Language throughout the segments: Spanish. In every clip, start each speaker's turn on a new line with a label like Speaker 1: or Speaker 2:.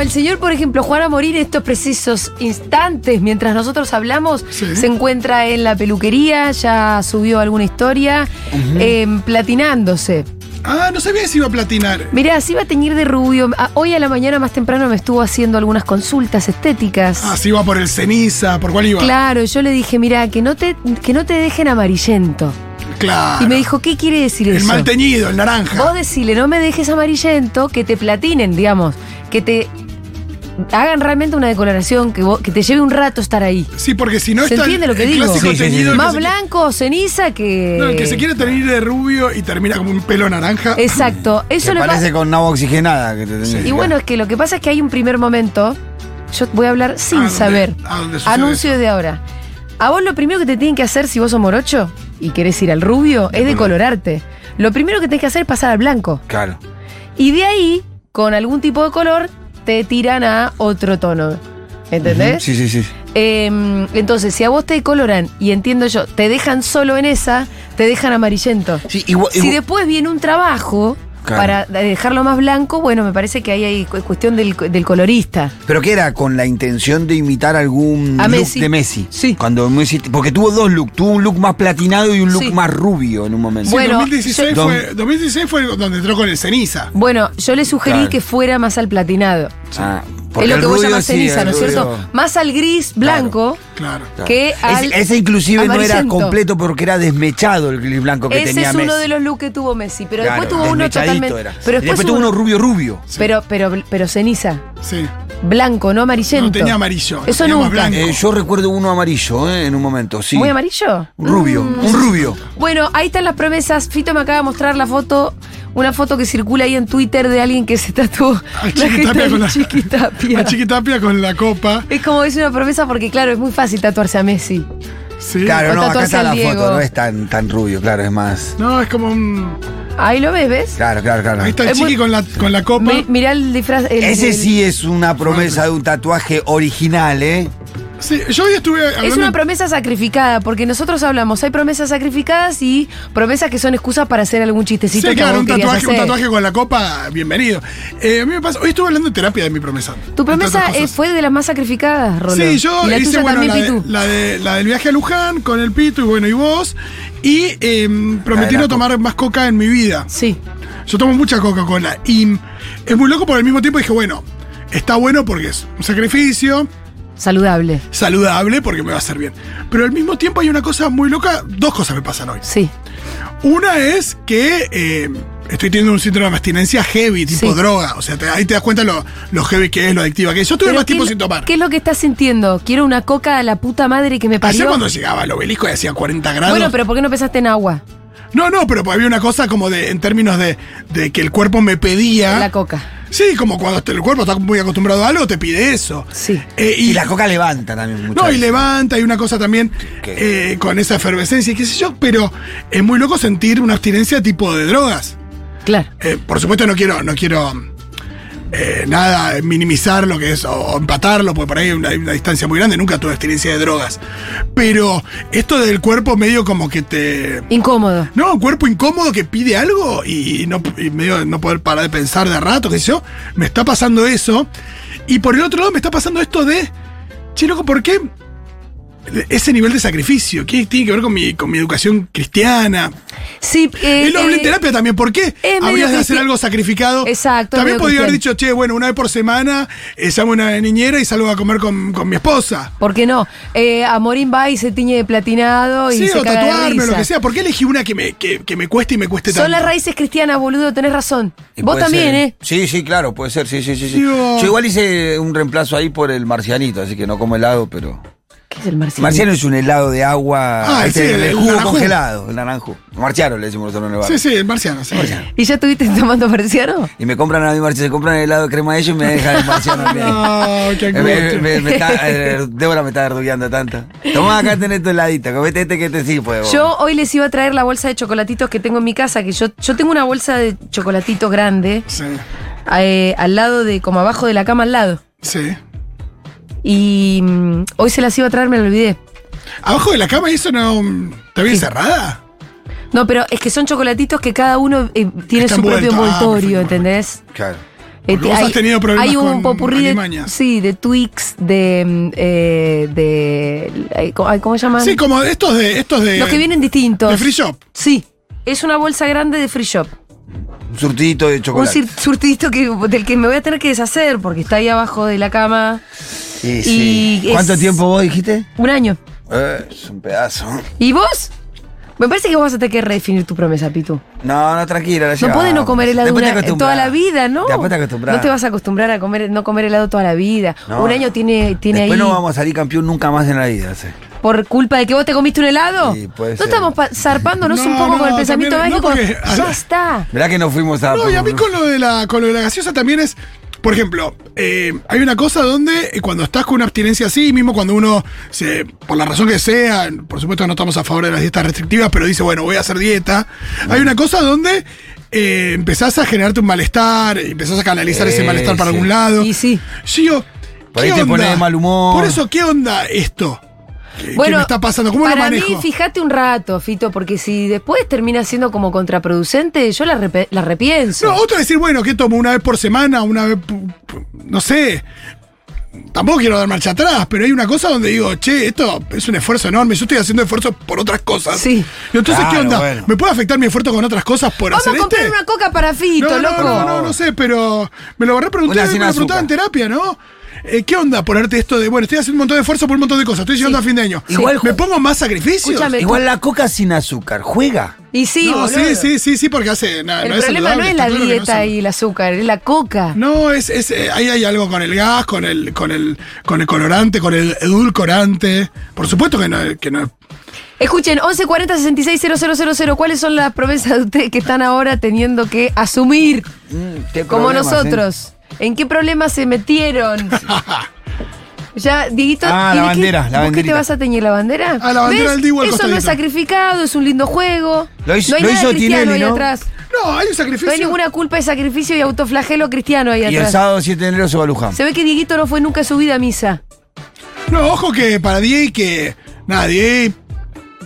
Speaker 1: el señor, por ejemplo, Juana Morín, en estos precisos instantes, mientras nosotros hablamos,
Speaker 2: Sí.
Speaker 1: se encuentra en la peluquería, ya subió alguna historia, em, platinándose.
Speaker 2: Ah, no sabía si iba a platinar.
Speaker 1: Mirá, así va a teñir de rubio. A- Hoy a la mañana más temprano me estuvo haciendo algunas consultas estéticas.
Speaker 2: Ah, sí, iba por el ceniza. ¿Por cuál iba?
Speaker 1: Claro, yo le dije, mira, que no te, que no te dejen amarillento.
Speaker 2: Claro.
Speaker 1: Y me dijo, ¿qué quiere decir
Speaker 2: Ah, el
Speaker 1: eso?
Speaker 2: mal teñido, el naranja.
Speaker 1: Vos decile, no me dejes amarillento, que te platinen, digamos, que te hagan realmente una decoloración, que, vos- que te lleve un rato estar ahí.
Speaker 2: Sí, porque si no
Speaker 1: ¿Se
Speaker 2: está el-
Speaker 1: entiende lo que
Speaker 2: el
Speaker 1: digo?
Speaker 2: clásico
Speaker 3: Sí, sí, sí.
Speaker 2: teñido. el que
Speaker 1: Más
Speaker 2: se-
Speaker 1: blanco o ceniza que.
Speaker 2: no, el que se quiere teñir de rubio y termina como un pelo naranja.
Speaker 1: Exacto. Eso
Speaker 3: Que
Speaker 1: le
Speaker 3: parece
Speaker 1: pasa.
Speaker 3: con agua oxigenada que te tenés que
Speaker 1: Y bueno,
Speaker 3: tirar.
Speaker 1: es que lo que pasa es que hay un primer momento. Yo voy a hablar sin
Speaker 2: ¿A dónde-
Speaker 1: saber.
Speaker 2: a dónde sucede
Speaker 1: Anuncio de ahora. A vos lo primero que te tienen que hacer si vos sos morocho y querés ir al rubio es decolorarte. Lo primero que tenés que hacer es pasar al blanco.
Speaker 3: Claro.
Speaker 1: Y de ahí, con algún tipo de color, te tiran a otro tono. ¿Entendés?
Speaker 3: Sí, sí, sí.
Speaker 1: Em, entonces, si a vos te decoloran, y entiendo yo, te dejan solo en esa, te dejan amarillento.
Speaker 3: Sí, igual-
Speaker 1: Si
Speaker 3: igual-
Speaker 1: después viene un trabajo
Speaker 3: Claro.
Speaker 1: para dejarlo más blanco, bueno, me parece que ahí hay cu- cuestión del, del colorista.
Speaker 3: Pero que era con la intención de imitar algún
Speaker 1: A
Speaker 3: look
Speaker 1: Messi.
Speaker 3: de Messi.
Speaker 1: Sí.
Speaker 3: Cuando Messi. Porque tuvo dos looks. Tuvo un look más platinado y un look
Speaker 1: Sí.
Speaker 3: más rubio en un momento.
Speaker 2: Sí,
Speaker 1: Bueno,
Speaker 2: 2016,
Speaker 3: yo-
Speaker 2: fue, 2016 fue donde entró con el ceniza.
Speaker 1: Bueno, yo le sugerí
Speaker 3: Claro.
Speaker 1: que fuera más al platinado.
Speaker 3: Ah,
Speaker 1: Es
Speaker 3: porque
Speaker 1: lo que
Speaker 3: el
Speaker 1: vos
Speaker 3: rubio
Speaker 1: llamás
Speaker 3: sí,
Speaker 1: ceniza,
Speaker 3: el
Speaker 1: ¿no es
Speaker 3: rubio-
Speaker 1: cierto? Más al gris blanco.
Speaker 2: Claro.
Speaker 3: Claro.
Speaker 1: que al
Speaker 3: Ese, ese inclusive no era
Speaker 1: amarillento.
Speaker 3: completo porque era desmechado el gris blanco que
Speaker 1: Ese
Speaker 3: tenía
Speaker 1: es uno
Speaker 3: Messi.
Speaker 1: de los looks que tuvo Messi, pero
Speaker 3: Claro,
Speaker 1: después tuvo uno
Speaker 3: desmechadito
Speaker 1: totalmente.
Speaker 3: era.
Speaker 1: Pero
Speaker 3: Y después tuvo uno rubio rubio.
Speaker 1: Pero, pero, pero ceniza.
Speaker 2: Sí.
Speaker 1: Blanco, no amarillento.
Speaker 2: No tenía amarillo,
Speaker 1: Eso
Speaker 2: tenía más
Speaker 1: nunca.
Speaker 2: blanco.
Speaker 3: Eh, yo recuerdo uno amarillo eh, en un momento, sí.
Speaker 1: ¿Muy amarillo? Mm.
Speaker 3: Un rubio, un rubio.
Speaker 1: Bueno, ahí están las promesas. Fito me acaba de mostrar la foto, una foto que circula ahí en Twitter de alguien que se tatuó
Speaker 2: A
Speaker 1: la
Speaker 2: Chiqui
Speaker 1: gente
Speaker 2: Tapia
Speaker 1: de
Speaker 2: Ah, con la- Ah,
Speaker 1: Chiqui Tapia.
Speaker 2: A Chiquitapia con la copa.
Speaker 1: Es como es una promesa porque, claro, es muy fácil tatuarse a Messi.
Speaker 2: Sí.
Speaker 3: Claro, no,
Speaker 1: Falta
Speaker 3: acá
Speaker 1: todo
Speaker 3: está
Speaker 1: San
Speaker 3: la
Speaker 1: Diego.
Speaker 3: foto, no es tan, tan rubio, claro, es más.
Speaker 2: No, es como un.
Speaker 1: Ahí lo ves, ¿ves?
Speaker 3: Claro, claro, claro.
Speaker 2: Ahí está el
Speaker 1: Es
Speaker 2: chiqui
Speaker 1: muy-
Speaker 2: con, la, con la copa.
Speaker 1: Mi- mirá el disfraz. el-
Speaker 3: Ese
Speaker 1: el-
Speaker 3: sí es una promesa de un tatuaje original, ¿eh?
Speaker 2: Sí, yo hoy estuve
Speaker 1: Es
Speaker 2: hablando.
Speaker 1: una promesa sacrificada, porque nosotros hablamos, hay promesas sacrificadas y promesas que son excusas para hacer algún
Speaker 2: Sí,
Speaker 1: chistecito. que
Speaker 2: claro,
Speaker 1: vos
Speaker 2: un
Speaker 1: querías
Speaker 2: tatuaje, un
Speaker 1: hacer.
Speaker 2: tatuaje con la copa, bienvenido. Eh, a mí me pasa, hoy estuve hablando en terapia de mi promesa.
Speaker 1: Tu promesa
Speaker 2: Entre otras
Speaker 1: eh,
Speaker 2: cosas.
Speaker 1: fue de las más sacrificadas, Rolo.
Speaker 2: Sí, yo
Speaker 1: y la
Speaker 2: hice
Speaker 1: tuya
Speaker 2: bueno, la,
Speaker 1: también,
Speaker 2: de-
Speaker 1: Pitu.
Speaker 2: la de- la del viaje a Luján con el Pitu y bueno, y vos. Y eh, prometí
Speaker 3: La de la
Speaker 2: no tomar más coca en mi vida.
Speaker 1: Sí.
Speaker 2: Yo tomo mucha Coca-Cola y es muy loco, por el mismo tiempo dije, bueno, está bueno porque es un sacrificio,
Speaker 1: Saludable.
Speaker 2: saludable porque me va a hacer bien. Pero al mismo tiempo hay una cosa muy loca, dos cosas me pasan hoy.
Speaker 1: Sí.
Speaker 2: Una es que eh, estoy teniendo un síndrome de abstinencia heavy, tipo
Speaker 1: Sí.
Speaker 2: droga. O sea, te- ahí te das cuenta lo, lo heavy que es, lo adictiva que es. Yo estuve
Speaker 1: Pero
Speaker 2: más
Speaker 1: ¿qué
Speaker 2: tiempo
Speaker 1: es-
Speaker 2: sin tomar.
Speaker 1: ¿Qué es lo que estás sintiendo? Quiero una coca a la puta madre que me
Speaker 2: Ayer
Speaker 1: parió.
Speaker 2: cuando llegaba al obelisco y hacía 40 grados.
Speaker 1: Bueno, pero ¿por qué no pensaste en agua?
Speaker 2: No, no, pero había una cosa como de, en términos de, de que el cuerpo me pedía.
Speaker 1: La coca.
Speaker 2: Sí, como cuando el cuerpo está muy acostumbrado a algo, te pide eso.
Speaker 1: Sí.
Speaker 2: Eh,
Speaker 3: Y la coca levanta también mucho.
Speaker 2: No, y levanta, y una cosa también
Speaker 3: ¿Qué?
Speaker 2: eh, con esa efervescencia y qué sé yo, pero es muy loco sentir una abstinencia tipo de drogas.
Speaker 1: Claro.
Speaker 2: Eh, por supuesto no quiero, no quiero eh, nada minimizar lo que es o, o empatarlo, porque por ahí hay una, hay una distancia muy grande, nunca tuve abstinencia de drogas. Pero esto del cuerpo medio como que te...
Speaker 1: Incómodo.
Speaker 2: No, un cuerpo incómodo que pide algo y, no, y medio no poder parar de pensar de rato, qué sé yo. Me está pasando eso. Y por el otro lado me está pasando esto de... Che, loco, ¿por qué ese nivel de sacrificio? ¿Qué tiene que ver con mi, con mi educación cristiana?
Speaker 1: Sí, eh,
Speaker 2: Él lo habló en
Speaker 1: eh,
Speaker 2: terapia también. ¿Por qué
Speaker 1: medio
Speaker 2: habrías de
Speaker 1: cristi-
Speaker 2: hacer algo sacrificado?
Speaker 1: Exacto,
Speaker 2: También
Speaker 1: medio
Speaker 2: podría haber
Speaker 1: cristiano.
Speaker 2: dicho, che, bueno, una vez por semana eh, llamo a una niñera y salgo a comer con, con mi esposa.
Speaker 1: ¿Por qué no? Eh, a Morín va y se tiñe de platinado y
Speaker 2: Sí,
Speaker 1: se
Speaker 2: o
Speaker 1: caga de
Speaker 2: tatuarme o lo
Speaker 1: risa.
Speaker 2: que sea. ¿Por qué elegí una que me, que, que me cueste y me cueste tanto?
Speaker 1: Son las raíces cristianas, boludo, tenés razón.
Speaker 3: Y
Speaker 1: Vos
Speaker 3: puede
Speaker 1: también,
Speaker 3: ser,
Speaker 1: ¿eh?
Speaker 3: Sí, sí, claro, puede ser, sí, sí, sí. sí.
Speaker 2: Digo-
Speaker 3: Yo igual hice un reemplazo ahí por el marcianito, así que no como helado, pero.
Speaker 1: ¿Qué es el marciano?
Speaker 3: Marciano es un helado de agua,
Speaker 2: Ah,
Speaker 3: este,
Speaker 2: sí, el-
Speaker 3: de
Speaker 2: el
Speaker 3: jugo
Speaker 2: naranjú.
Speaker 3: congelado, el naranjo. Marciano le decimos nosotros en el barrio.
Speaker 2: Sí, sí, el marciano. sí.
Speaker 1: ¿Y ya estuviste tomando marciano?
Speaker 3: Y me compran a mí marciano, se compran el helado de crema de ellos y me dejan el marciano. a mí.
Speaker 2: No, Ah, qué
Speaker 3: Eh, Me- me-
Speaker 2: angustia.
Speaker 3: me- me está- eh, Débora me está arrullando tanto. Tomá acá tenés tu heladito, comete este que te sí, pues.
Speaker 1: Yo hoy les iba a traer la bolsa de chocolatitos que tengo en mi casa, que yo, yo tengo una bolsa de chocolatitos grande,
Speaker 2: Sí,
Speaker 1: eh, al lado de, como abajo de la cama al lado.
Speaker 2: sí.
Speaker 1: Y mm, hoy se las iba a traer, me lo olvidé.
Speaker 2: Abajo de la cama y eso no... ¿Está bien cerrada?
Speaker 1: No, pero es que son chocolatitos que cada uno eh, tiene
Speaker 2: Está
Speaker 1: su propio
Speaker 2: envuelto. Ah,
Speaker 1: envoltorio,
Speaker 2: perfecto,
Speaker 1: ¿entendés? Este,
Speaker 3: Claro.
Speaker 2: Porque vos has tenido problemas
Speaker 1: hay un
Speaker 2: con
Speaker 1: popurrí de,
Speaker 2: alimañas.
Speaker 1: sí, de Twix, de, mm, eh, de ay, co- ay, ¿cómo se llaman?
Speaker 2: Sí, como estos de. Estos de
Speaker 1: Los que vienen distintos.
Speaker 2: de free shop.
Speaker 1: Sí, es una bolsa grande de free shop.
Speaker 3: Un surtidito de chocolate.
Speaker 1: Un cir- surtidito que, del que me voy a tener que deshacer porque está ahí abajo de la cama.
Speaker 3: Sí, sí.
Speaker 1: y
Speaker 3: ¿Cuánto
Speaker 1: es-
Speaker 3: tiempo vos dijiste?
Speaker 1: Un año.
Speaker 3: Eh, es un pedazo.
Speaker 1: ¿Y vos? Me parece que vos vas a tener que redefinir tu promesa, Pitu.
Speaker 3: No, no, tranquila. La
Speaker 1: No
Speaker 3: llevamos.
Speaker 1: podés no comer helado
Speaker 3: Después te
Speaker 1: una-
Speaker 3: acostumbras.
Speaker 1: toda la vida, ¿no?
Speaker 3: Después te acostumbras.
Speaker 1: No te vas a acostumbrar a comer, no comer helado toda la vida.
Speaker 3: No.
Speaker 1: Un año tiene, tiene ahí.
Speaker 3: Después no vamos a salir campeón nunca más en la vida. sí.
Speaker 1: ¿Por culpa de que vos te comiste un helado?
Speaker 3: Sí, puede
Speaker 1: ¿No
Speaker 3: ser.
Speaker 1: estamos pa- zarpándonos
Speaker 2: No,
Speaker 1: un poco
Speaker 2: no,
Speaker 1: con el pensamiento
Speaker 2: también-
Speaker 1: mágico?
Speaker 2: no, porque-
Speaker 1: ya está.
Speaker 3: ¿Verdad que no fuimos a.?
Speaker 2: No, y a mí con lo de la, con lo de la gaseosa también es. Por ejemplo, eh, hay una cosa donde eh, cuando estás con una abstinencia así, mismo cuando uno, se, por la razón que sea, por supuesto no estamos a favor de las dietas restrictivas, pero dice, bueno, voy a hacer dieta, hay una cosa donde eh, empezás a generarte un malestar, empezás a canalizar ese
Speaker 3: Eh,
Speaker 2: malestar para
Speaker 3: sí.
Speaker 2: algún lado.
Speaker 1: Y sí.
Speaker 2: Gio,
Speaker 3: Por
Speaker 2: ¿qué
Speaker 3: ahí te
Speaker 2: onda?
Speaker 3: pone de mal humor.
Speaker 2: Por eso, ¿qué onda esto? ¿Qué, qué me está pasando? ¿Cómo lo
Speaker 1: para
Speaker 2: manejo?
Speaker 1: mí, fíjate un rato, Fito, porque si después termina siendo como contraproducente, yo la, repe- la repienso.
Speaker 2: No, otro decir, bueno, ¿qué tomo? ¿Una vez por semana? ¿Una vez.? pu- pu- No sé. Tampoco quiero dar marcha atrás, pero hay una cosa donde digo, che, esto es un esfuerzo enorme. Yo estoy haciendo esfuerzos por otras cosas.
Speaker 1: Sí.
Speaker 2: Y entonces, ¿qué
Speaker 3: Claro,
Speaker 2: onda?
Speaker 3: bueno.
Speaker 2: ¿Me puede afectar mi esfuerzo con otras cosas por
Speaker 1: Vamos a
Speaker 2: hacer
Speaker 1: comprar
Speaker 2: este?
Speaker 1: una coca para Fito,
Speaker 2: no, no,
Speaker 1: loco.
Speaker 2: no, no, no sé, pero me lo repregunté,
Speaker 3: Una
Speaker 2: me
Speaker 3: sin
Speaker 2: lo preguntaba
Speaker 3: azúcar.
Speaker 2: en terapia, ¿no? Eh, ¿Qué onda ponerte esto de, bueno, estoy haciendo un montón de esfuerzo por un montón de cosas, estoy llegando a fin de año?
Speaker 3: Sí. Igual-
Speaker 2: ¿Me pongo más sacrificios?
Speaker 1: Escúchame,
Speaker 3: Igual la coca sin azúcar, juega.
Speaker 1: Y sí,
Speaker 2: no,
Speaker 1: boludo.
Speaker 2: sí, sí, sí, sí, porque hace. nada,
Speaker 1: El
Speaker 2: no
Speaker 1: problema no
Speaker 2: saludable,
Speaker 1: es
Speaker 2: está
Speaker 1: la
Speaker 2: claro que no es
Speaker 1: dieta
Speaker 2: saludable.
Speaker 1: y el azúcar, es la coca.
Speaker 2: No, es, es, eh, ahí hay algo con el gas, con el, con el, con el colorante, con el edulcorante. Por supuesto que no, que no.
Speaker 1: Escuchen, 1140 000 ¿cuáles son las promesas de ustedes que están ahora teniendo que asumir
Speaker 3: Mm, qué
Speaker 1: como
Speaker 3: problemas, ¿eh?
Speaker 1: nosotros? ¿En qué problemas se metieron? Ya, Dieguito,
Speaker 3: Ah,
Speaker 1: ¿y
Speaker 3: la
Speaker 1: de qué-
Speaker 3: bandera, la
Speaker 1: vos qué te
Speaker 3: banderita.
Speaker 1: vas a teñir la bandera?
Speaker 2: Ah, la bandera
Speaker 1: ¿Ves?
Speaker 2: del Dibu al
Speaker 1: Eso no es
Speaker 2: costadito.
Speaker 1: sacrificado, es un lindo juego.
Speaker 3: Lo hizo-
Speaker 1: no hay
Speaker 3: lo
Speaker 1: nada
Speaker 3: hizo
Speaker 1: cristiano
Speaker 3: Tinelli,
Speaker 1: ahí
Speaker 3: ¿no?
Speaker 1: atrás.
Speaker 2: No, hay un
Speaker 1: No hay
Speaker 2: sacrificio.
Speaker 1: ninguna culpa de sacrificio y autoflagelo cristiano ahí
Speaker 3: Y el
Speaker 1: atrás.
Speaker 3: sábado 7 de enero se va a Luján.
Speaker 1: Se ve que Dieguito no fue nunca a su vida a misa.
Speaker 2: No, ojo que para Diego que. Nada, Diego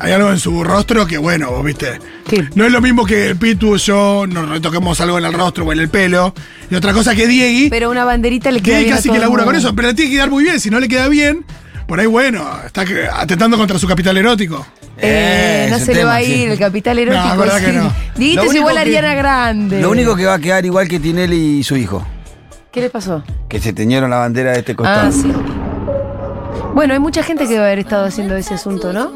Speaker 2: hay algo en su rostro que, bueno, vos viste.
Speaker 1: ¿Qué?
Speaker 2: No es lo mismo que el Pitu, yo, nos retoquemos algo en el rostro o en el pelo. Y otra cosa que Diego.
Speaker 1: Pero una banderita le queda
Speaker 2: Que
Speaker 1: bien a
Speaker 2: casi
Speaker 1: todo
Speaker 2: que
Speaker 1: el
Speaker 2: labura con
Speaker 1: mundo.
Speaker 2: eso, pero le tiene que quedar muy bien. Si no le queda bien, por ahí, bueno, está que- atentando contra su capital erótico.
Speaker 1: Eh,
Speaker 3: Eh,
Speaker 1: no
Speaker 3: es un
Speaker 1: se le
Speaker 3: tema,
Speaker 1: va a ir
Speaker 3: sí.
Speaker 1: el capital erótico.
Speaker 2: No, verdad que
Speaker 1: sí.
Speaker 2: no.
Speaker 1: Dieguito
Speaker 3: Lo
Speaker 1: es igual
Speaker 3: único
Speaker 1: a
Speaker 3: que-
Speaker 1: Ariana Grande.
Speaker 3: Lo único que va a quedar igual que Tinelli y su hijo,
Speaker 1: ¿Qué le pasó?
Speaker 3: que se teñieron la bandera de este costado.
Speaker 1: Ah, sí. Bueno, hay mucha gente que va a haber estado haciendo ese asunto, ¿no?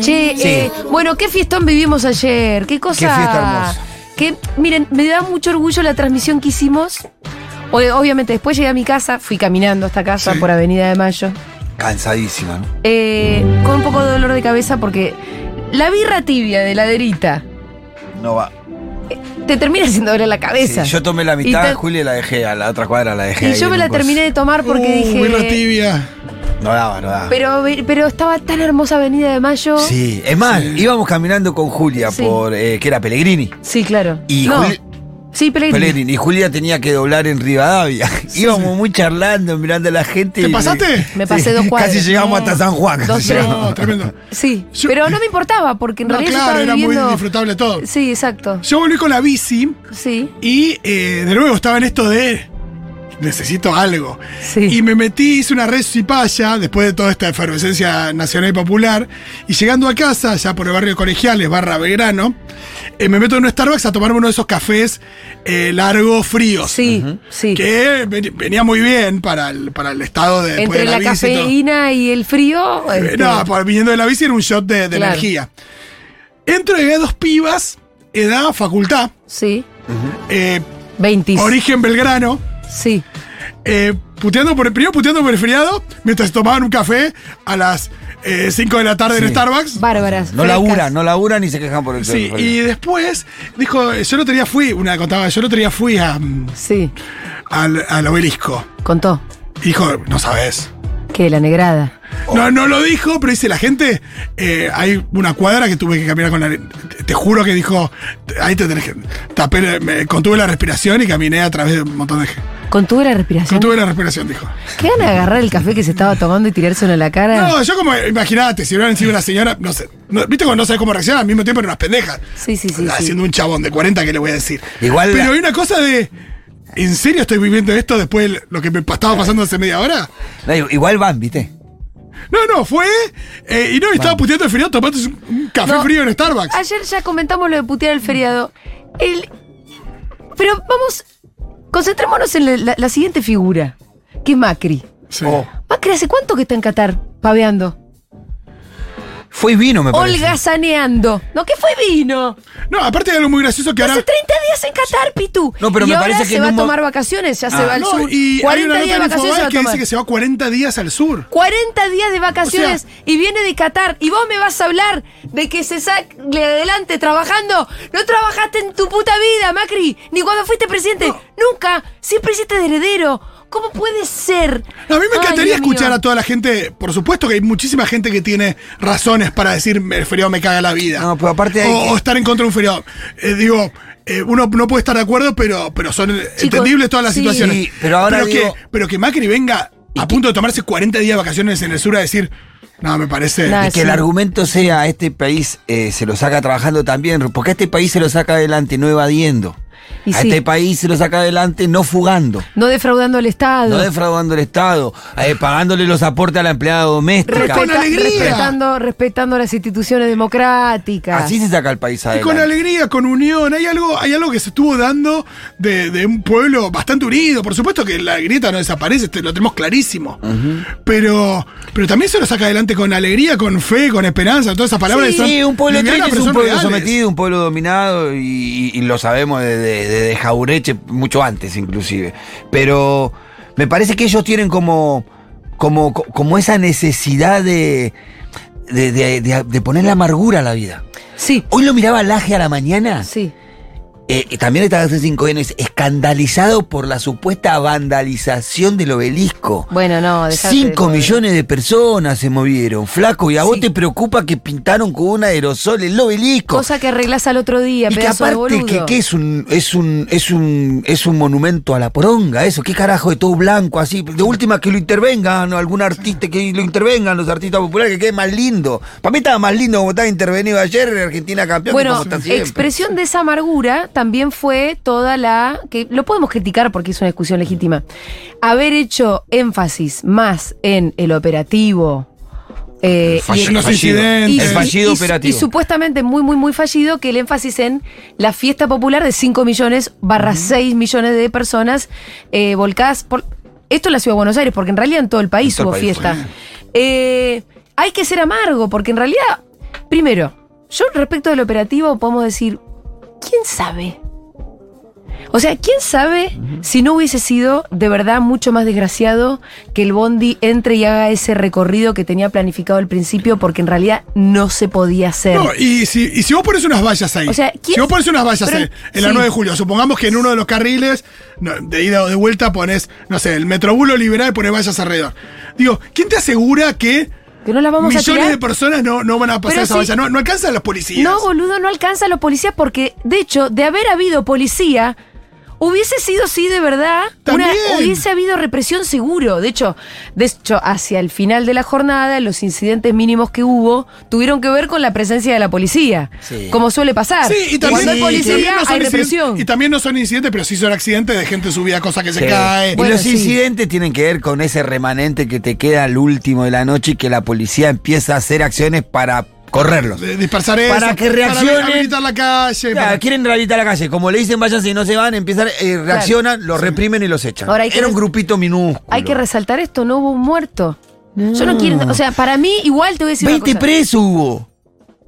Speaker 1: Che, eh, bueno, qué fiestón vivimos ayer, qué cosa.
Speaker 3: Qué fiesta hermosa.
Speaker 1: Que, miren, me da mucho orgullo la transmisión que hicimos. O- Obviamente, después llegué a mi casa, fui caminando hasta casa
Speaker 2: Sí.
Speaker 1: por Avenida de Mayo.
Speaker 3: Cansadísima, ¿no?
Speaker 1: eh, con un poco de dolor de cabeza porque la birra tibia de laderita
Speaker 3: No va.
Speaker 1: te termina haciendo doler la cabeza.
Speaker 3: Sí, yo tomé la
Speaker 1: Y
Speaker 3: mitad,
Speaker 1: te-
Speaker 3: Julia la dejé, a la otra cuadra la dejé.
Speaker 1: Y
Speaker 3: ahí
Speaker 1: yo
Speaker 3: en
Speaker 1: me
Speaker 3: un
Speaker 1: la
Speaker 3: coso.
Speaker 1: terminé de tomar porque
Speaker 2: Uh, birra
Speaker 1: dije.
Speaker 2: tibia.
Speaker 3: No daba, no daba.
Speaker 1: Pero, pero estaba tan hermosa Avenida de Mayo.
Speaker 3: Sí, es más, íbamos caminando con Julia
Speaker 1: Sí.
Speaker 3: por eh, que era Pellegrini.
Speaker 1: Sí, claro.
Speaker 3: Y
Speaker 1: No.
Speaker 3: Juli-
Speaker 1: Sí, Pellegrini.
Speaker 3: Pellegrini. Y Julia tenía que doblar en Rivadavia. íbamos muy charlando, mirando a la gente.
Speaker 2: ¿Te
Speaker 3: y-
Speaker 2: pasaste?
Speaker 1: Me pasé dos cuadras.
Speaker 3: Casi llegamos
Speaker 1: No.
Speaker 3: hasta San Juan. casi
Speaker 1: Dos, tres.
Speaker 3: llegamos.
Speaker 2: No, tremendo.
Speaker 1: Sí,
Speaker 2: Yo-
Speaker 1: pero no me importaba porque en
Speaker 2: No,
Speaker 1: realidad yo
Speaker 2: claro,
Speaker 1: estaba
Speaker 2: era
Speaker 1: viviendo...
Speaker 2: muy disfrutable todo.
Speaker 1: Sí, exacto.
Speaker 2: Yo volví con la bici
Speaker 1: Sí.
Speaker 2: y eh, de nuevo estaba en esto de necesito algo.
Speaker 1: Sí.
Speaker 2: Y me metí, hice una red cipaya después de toda esta efervescencia nacional y popular. Y llegando a casa, ya por el barrio de Colegiales, barra Belgrano, eh, me meto en un Starbucks a tomarme uno de esos cafés eh, largos, fríos.
Speaker 1: Sí, sí.
Speaker 2: Que ven- venía muy bien para el, para el estado de, después
Speaker 1: Entre
Speaker 2: de
Speaker 1: la,
Speaker 2: la, bici. y todo. Eh,
Speaker 1: cafeína y el frío. este,
Speaker 2: No, por- viniendo de la bici era un shot de, de
Speaker 1: Claro.
Speaker 2: energía. Entro y veo dos pibas, edad, facultad,
Speaker 1: Sí.
Speaker 2: eh,
Speaker 1: 20.
Speaker 2: origen Belgrano,
Speaker 1: Sí.
Speaker 2: eh, puteando por el primero, puteando por el feriado, mientras tomaban un café a las 5 de la tarde en
Speaker 3: Sí.
Speaker 2: Starbucks.
Speaker 1: Bárbaras.
Speaker 3: No
Speaker 1: frescas.
Speaker 3: laburan, no laburan ni se quejan por el
Speaker 2: Sí,
Speaker 3: sol.
Speaker 2: y después dijo, eh, yo el otro día fui, una contaba, yo el otro día fui a, mm,
Speaker 1: Sí.
Speaker 2: al, al obelisco.
Speaker 1: Contó.
Speaker 2: Y Dijo, no sabes.
Speaker 1: Que la negrada.
Speaker 2: No, no lo dijo, pero dice la gente, eh, hay una cuadra que tuve que caminar con la... Te, te juro que dijo, ahí te tenés que... tapé- me contuve la respiración y caminé a través de un montón de... gente.
Speaker 1: Contuve la respiración.
Speaker 2: Contuve la respiración, dijo.
Speaker 1: ¿Qué van a agarrar el café que se estaba tomando y tirárselo en la cara?
Speaker 2: No, yo como, imaginate, si hubieran sido una señora, no sé, no- viste cuando no sabes cómo reaccionar, al mismo tiempo eran unas pendejas.
Speaker 1: Sí, sí, sí, sí.
Speaker 2: Haciendo un chabón de 40, ¿qué le voy a decir?
Speaker 3: Igual la-
Speaker 2: Pero hay una cosa de... ¿En serio estoy viviendo esto después de lo que me estaba pasando hace media hora?
Speaker 3: No, igual van, ¿viste?
Speaker 2: No, no, fue. eh, y no, y estaba puteando el feriado tomándose un- un café
Speaker 1: No.
Speaker 2: frío en Starbucks.
Speaker 1: Ayer ya comentamos lo de putear el feriado. El- Pero vamos, concentrémonos en la, la- la siguiente figura, que es Macri.
Speaker 2: Sí.
Speaker 3: Oh.
Speaker 1: Macri, ¿hace cuánto que está en Qatar paveando?
Speaker 3: Fue y vino, me parece.
Speaker 1: Holgazaneando. No, que fue vino.
Speaker 2: No, aparte de algo muy gracioso que ahora.
Speaker 1: Hace 30 días en Qatar, Pitu.
Speaker 3: No, pero
Speaker 1: y
Speaker 3: me
Speaker 1: ahora
Speaker 3: parece que
Speaker 1: se
Speaker 3: en
Speaker 1: va a
Speaker 3: un mo-
Speaker 1: tomar vacaciones, ya se
Speaker 3: Ah.
Speaker 1: va al
Speaker 2: No,
Speaker 1: sur.
Speaker 2: y hay
Speaker 1: 40
Speaker 2: una
Speaker 1: días
Speaker 2: nota
Speaker 1: de
Speaker 2: en
Speaker 1: vacaciones se va
Speaker 2: Infobae
Speaker 1: a
Speaker 2: que dice
Speaker 1: tomar.
Speaker 2: que se va 40 días al sur.
Speaker 1: 40 días de vacaciones
Speaker 2: O
Speaker 1: y viene de Qatar y vos me vas a hablar de que se sale adelante trabajando. No trabajaste en tu puta vida, Macri, ni cuando fuiste presidente. Nunca, siempre hiciste de heredero. ¿Cómo puede ser?
Speaker 2: A mí me
Speaker 1: Ay,
Speaker 2: encantaría
Speaker 1: Dios
Speaker 2: escuchar
Speaker 1: mío.
Speaker 2: a toda la gente. Por supuesto que hay muchísima gente que tiene razones para decir el feriado me caga la vida.
Speaker 3: No, pero aparte hay
Speaker 2: o,
Speaker 3: que-
Speaker 2: o estar en contra de un feriado. Eh, digo, eh, uno no puede estar de acuerdo, pero, pero son entendibles todas las
Speaker 1: sí.
Speaker 2: situaciones.
Speaker 3: Sí, pero ahora digo-
Speaker 2: que, pero que Macri venga a punto de tomarse 40 días de vacaciones en el sur a decir, no, me parece.
Speaker 1: Nah,
Speaker 3: Y que el
Speaker 1: Ah, sí.
Speaker 3: argumento sea este país eh, se lo saca trabajando también, porque a este país se lo saca adelante no evadiendo.
Speaker 1: Y
Speaker 3: a
Speaker 1: sí.
Speaker 3: este país se lo saca adelante no fugando,
Speaker 1: No defraudando al Estado.
Speaker 3: no defraudando al Estado, eh, pagándole los aportes a la empleada doméstica.
Speaker 2: Con alegría.
Speaker 1: respetando, respetando las instituciones democráticas.
Speaker 3: Así se saca el país
Speaker 2: Y con
Speaker 3: adelante.
Speaker 2: alegría, con unión, hay algo, hay algo que se estuvo dando de, de un pueblo bastante unido. Por supuesto que la grieta no desaparece, este, lo tenemos clarísimo. Pero, pero también se lo saca adelante con alegría, con fe, con esperanza, todas esas palabras. que son
Speaker 3: Sí, un pueblo
Speaker 2: livianas,
Speaker 3: triste es
Speaker 2: pero
Speaker 3: un
Speaker 2: son
Speaker 3: pueblo
Speaker 2: reales.
Speaker 3: sometido, un pueblo dominado, y, y lo sabemos desde, desde Jaureche, mucho antes inclusive. Pero me parece que ellos tienen como, como, como esa necesidad de, de, de- de- de poner la amargura a la vida.
Speaker 1: Sí,
Speaker 3: Hoy lo miraba Laje a la mañana,
Speaker 1: sí.
Speaker 3: eh, y también estaba hace cinco años, escandalizado por la supuesta vandalización del obelisco.
Speaker 1: Bueno, no, dejate de
Speaker 3: 5
Speaker 1: joder.
Speaker 3: millones de personas se movieron, flaco, y a vos
Speaker 1: Sí.
Speaker 3: te preocupa que pintaron con un aerosol el obelisco.
Speaker 1: Cosa que arreglás al otro día,
Speaker 3: y que
Speaker 1: pedazo de
Speaker 3: aparte que,
Speaker 1: boludo.
Speaker 3: que es un es un es un es un monumento a la poronga, eso, qué carajo de todo blanco así, de última que lo intervengan o algún artista que lo intervengan los artistas populares que quede más lindo. Para mí estaba más lindo como estaba intervenido ayer en Argentina campeón. que
Speaker 1: Bueno,
Speaker 3: como está siempre.
Speaker 1: expresión de esa amargura también fue toda la. que lo podemos criticar porque es una discusión legítima. Haber hecho énfasis más en el operativo. eh,
Speaker 2: Falle-
Speaker 1: y-
Speaker 2: los
Speaker 3: fallido.
Speaker 2: incidentes.
Speaker 3: el
Speaker 2: y-
Speaker 3: fallido
Speaker 1: y-
Speaker 3: operativo.
Speaker 1: y supuestamente muy, muy, muy fallido que el énfasis en la fiesta popular de 5 millones barra 6 millones de personas eh, volcadas por... Esto en la Ciudad de Buenos Aires, porque en realidad en todo el país
Speaker 3: En todo
Speaker 1: hubo
Speaker 3: el país,
Speaker 1: fiesta. Eh, hay que ser amargo, porque en realidad, primero, yo respecto del operativo podemos decir, ¿quién sabe? O sea, ¿quién sabe si no hubiese sido de verdad mucho más desgraciado que el Bondi entre y haga ese recorrido que tenía planificado al principio porque en realidad no se podía hacer?
Speaker 2: No, y si, y si vos pones unas vallas ahí,
Speaker 1: O sea, ¿quién-
Speaker 2: si vos pones unas vallas
Speaker 1: pero-
Speaker 2: ahí, en la
Speaker 1: sí.
Speaker 2: 9 de julio, supongamos que en uno de los carriles, no, de ida o de vuelta, pones, no sé, el metrobulo liberal y pones vallas alrededor. Digo, ¿quién te asegura que
Speaker 1: que no las vamos a
Speaker 2: millones
Speaker 1: tirar.
Speaker 2: de personas no, no van a pasar
Speaker 1: Pero
Speaker 2: esa
Speaker 1: si-
Speaker 2: valla? No, no alcanzan los policías.
Speaker 1: No, boludo, no alcanza a los policías porque, de hecho, de haber habido policía, hubiese sido, sí, de verdad, una-
Speaker 2: También.
Speaker 1: hubiese habido represión seguro. De hecho, de hecho, hacia el final de la jornada, los incidentes mínimos que hubo tuvieron que ver con la presencia de la policía,
Speaker 3: Sí.
Speaker 1: como suele pasar.
Speaker 2: Sí, y también,
Speaker 1: Cuando hay
Speaker 2: y
Speaker 1: policía,
Speaker 2: también no son
Speaker 1: hay
Speaker 2: incidentes-
Speaker 1: represión.
Speaker 2: Y también no son incidentes, pero sí son accidentes de gente subida, cosa que se
Speaker 3: Sí.
Speaker 2: cae.
Speaker 3: Y
Speaker 1: Bueno,
Speaker 3: los
Speaker 1: sí.
Speaker 3: incidentes tienen que ver con ese remanente que te queda al último de la noche y que la policía empieza a hacer acciones para correrlos.
Speaker 2: de- dispersar eso.
Speaker 3: Para que reaccionen.
Speaker 2: Para habilitar la calle.
Speaker 3: Claro,
Speaker 2: para-
Speaker 3: quieren rehabilitar la calle. Como le dicen, váyanse y no se van, empiezan, eh, reaccionan, los reprimen y los echan.
Speaker 1: Ahora hay que
Speaker 3: Era un
Speaker 1: res-
Speaker 3: grupito minúsculo.
Speaker 1: Hay que resaltar esto, no hubo un muerto. Yo no quiero, o sea, para mí igual te voy a decir una
Speaker 3: 20
Speaker 1: cosa.
Speaker 3: presos hubo.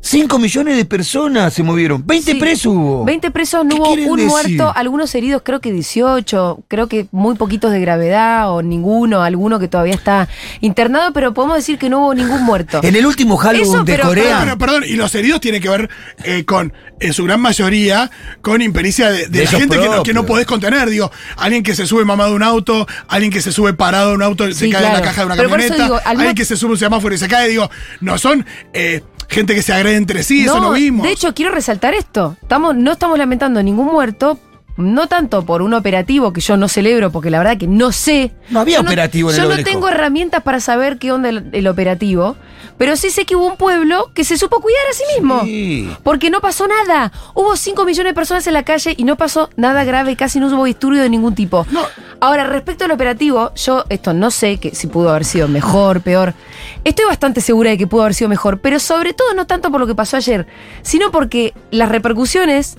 Speaker 3: 5 millones de personas se movieron. 20
Speaker 1: Sí.
Speaker 3: presos hubo.
Speaker 1: 20 presos,
Speaker 3: ¿Qué
Speaker 1: no hubo
Speaker 3: quieren
Speaker 1: un
Speaker 3: decir?
Speaker 1: muerto, algunos heridos, creo que 18, creo que muy poquitos de gravedad o ninguno, alguno que todavía está internado, pero podemos decir que no hubo ningún muerto.
Speaker 3: En el último Halloween
Speaker 1: Eso,
Speaker 3: de
Speaker 1: pero-
Speaker 3: Corea.
Speaker 2: Bueno, perdón, y los heridos tienen que ver eh, con, en su gran mayoría, con impericia de, de
Speaker 3: De
Speaker 2: la
Speaker 3: ellos
Speaker 2: gente que no, que no
Speaker 3: propios.
Speaker 2: podés contener. Digo, alguien que se sube mamado a un auto, alguien que se sube parado a un auto, se
Speaker 1: Sí,
Speaker 2: cae en la
Speaker 1: claro.
Speaker 2: caja de una
Speaker 1: Pero por eso
Speaker 2: camioneta,
Speaker 1: digo, al
Speaker 2: alguien
Speaker 1: no-
Speaker 2: que se sube a un semáforo y se cae. Digo, no son eh, gente que se agrede entre sí, eso no vimos.
Speaker 1: De hecho, quiero resaltar esto. Estamos, no estamos lamentando ningún muerto, no tanto por un operativo que yo no celebro, porque la verdad que no sé.
Speaker 3: No había
Speaker 1: Yo
Speaker 3: operativo en el
Speaker 1: Yo no
Speaker 3: obelisco.
Speaker 1: tengo herramientas para saber qué onda el, el operativo, pero sí sé que hubo un pueblo que se supo cuidar a sí mismo.
Speaker 3: Sí.
Speaker 1: Porque no pasó nada. Hubo 5 millones de personas en la calle y no pasó nada grave, casi no hubo disturbio de ningún tipo.
Speaker 2: No.
Speaker 1: Ahora, respecto al operativo, yo esto no sé que si pudo haber sido mejor, peor. Estoy bastante segura de que pudo haber sido mejor, pero sobre todo no tanto por lo que pasó ayer, sino porque las repercusiones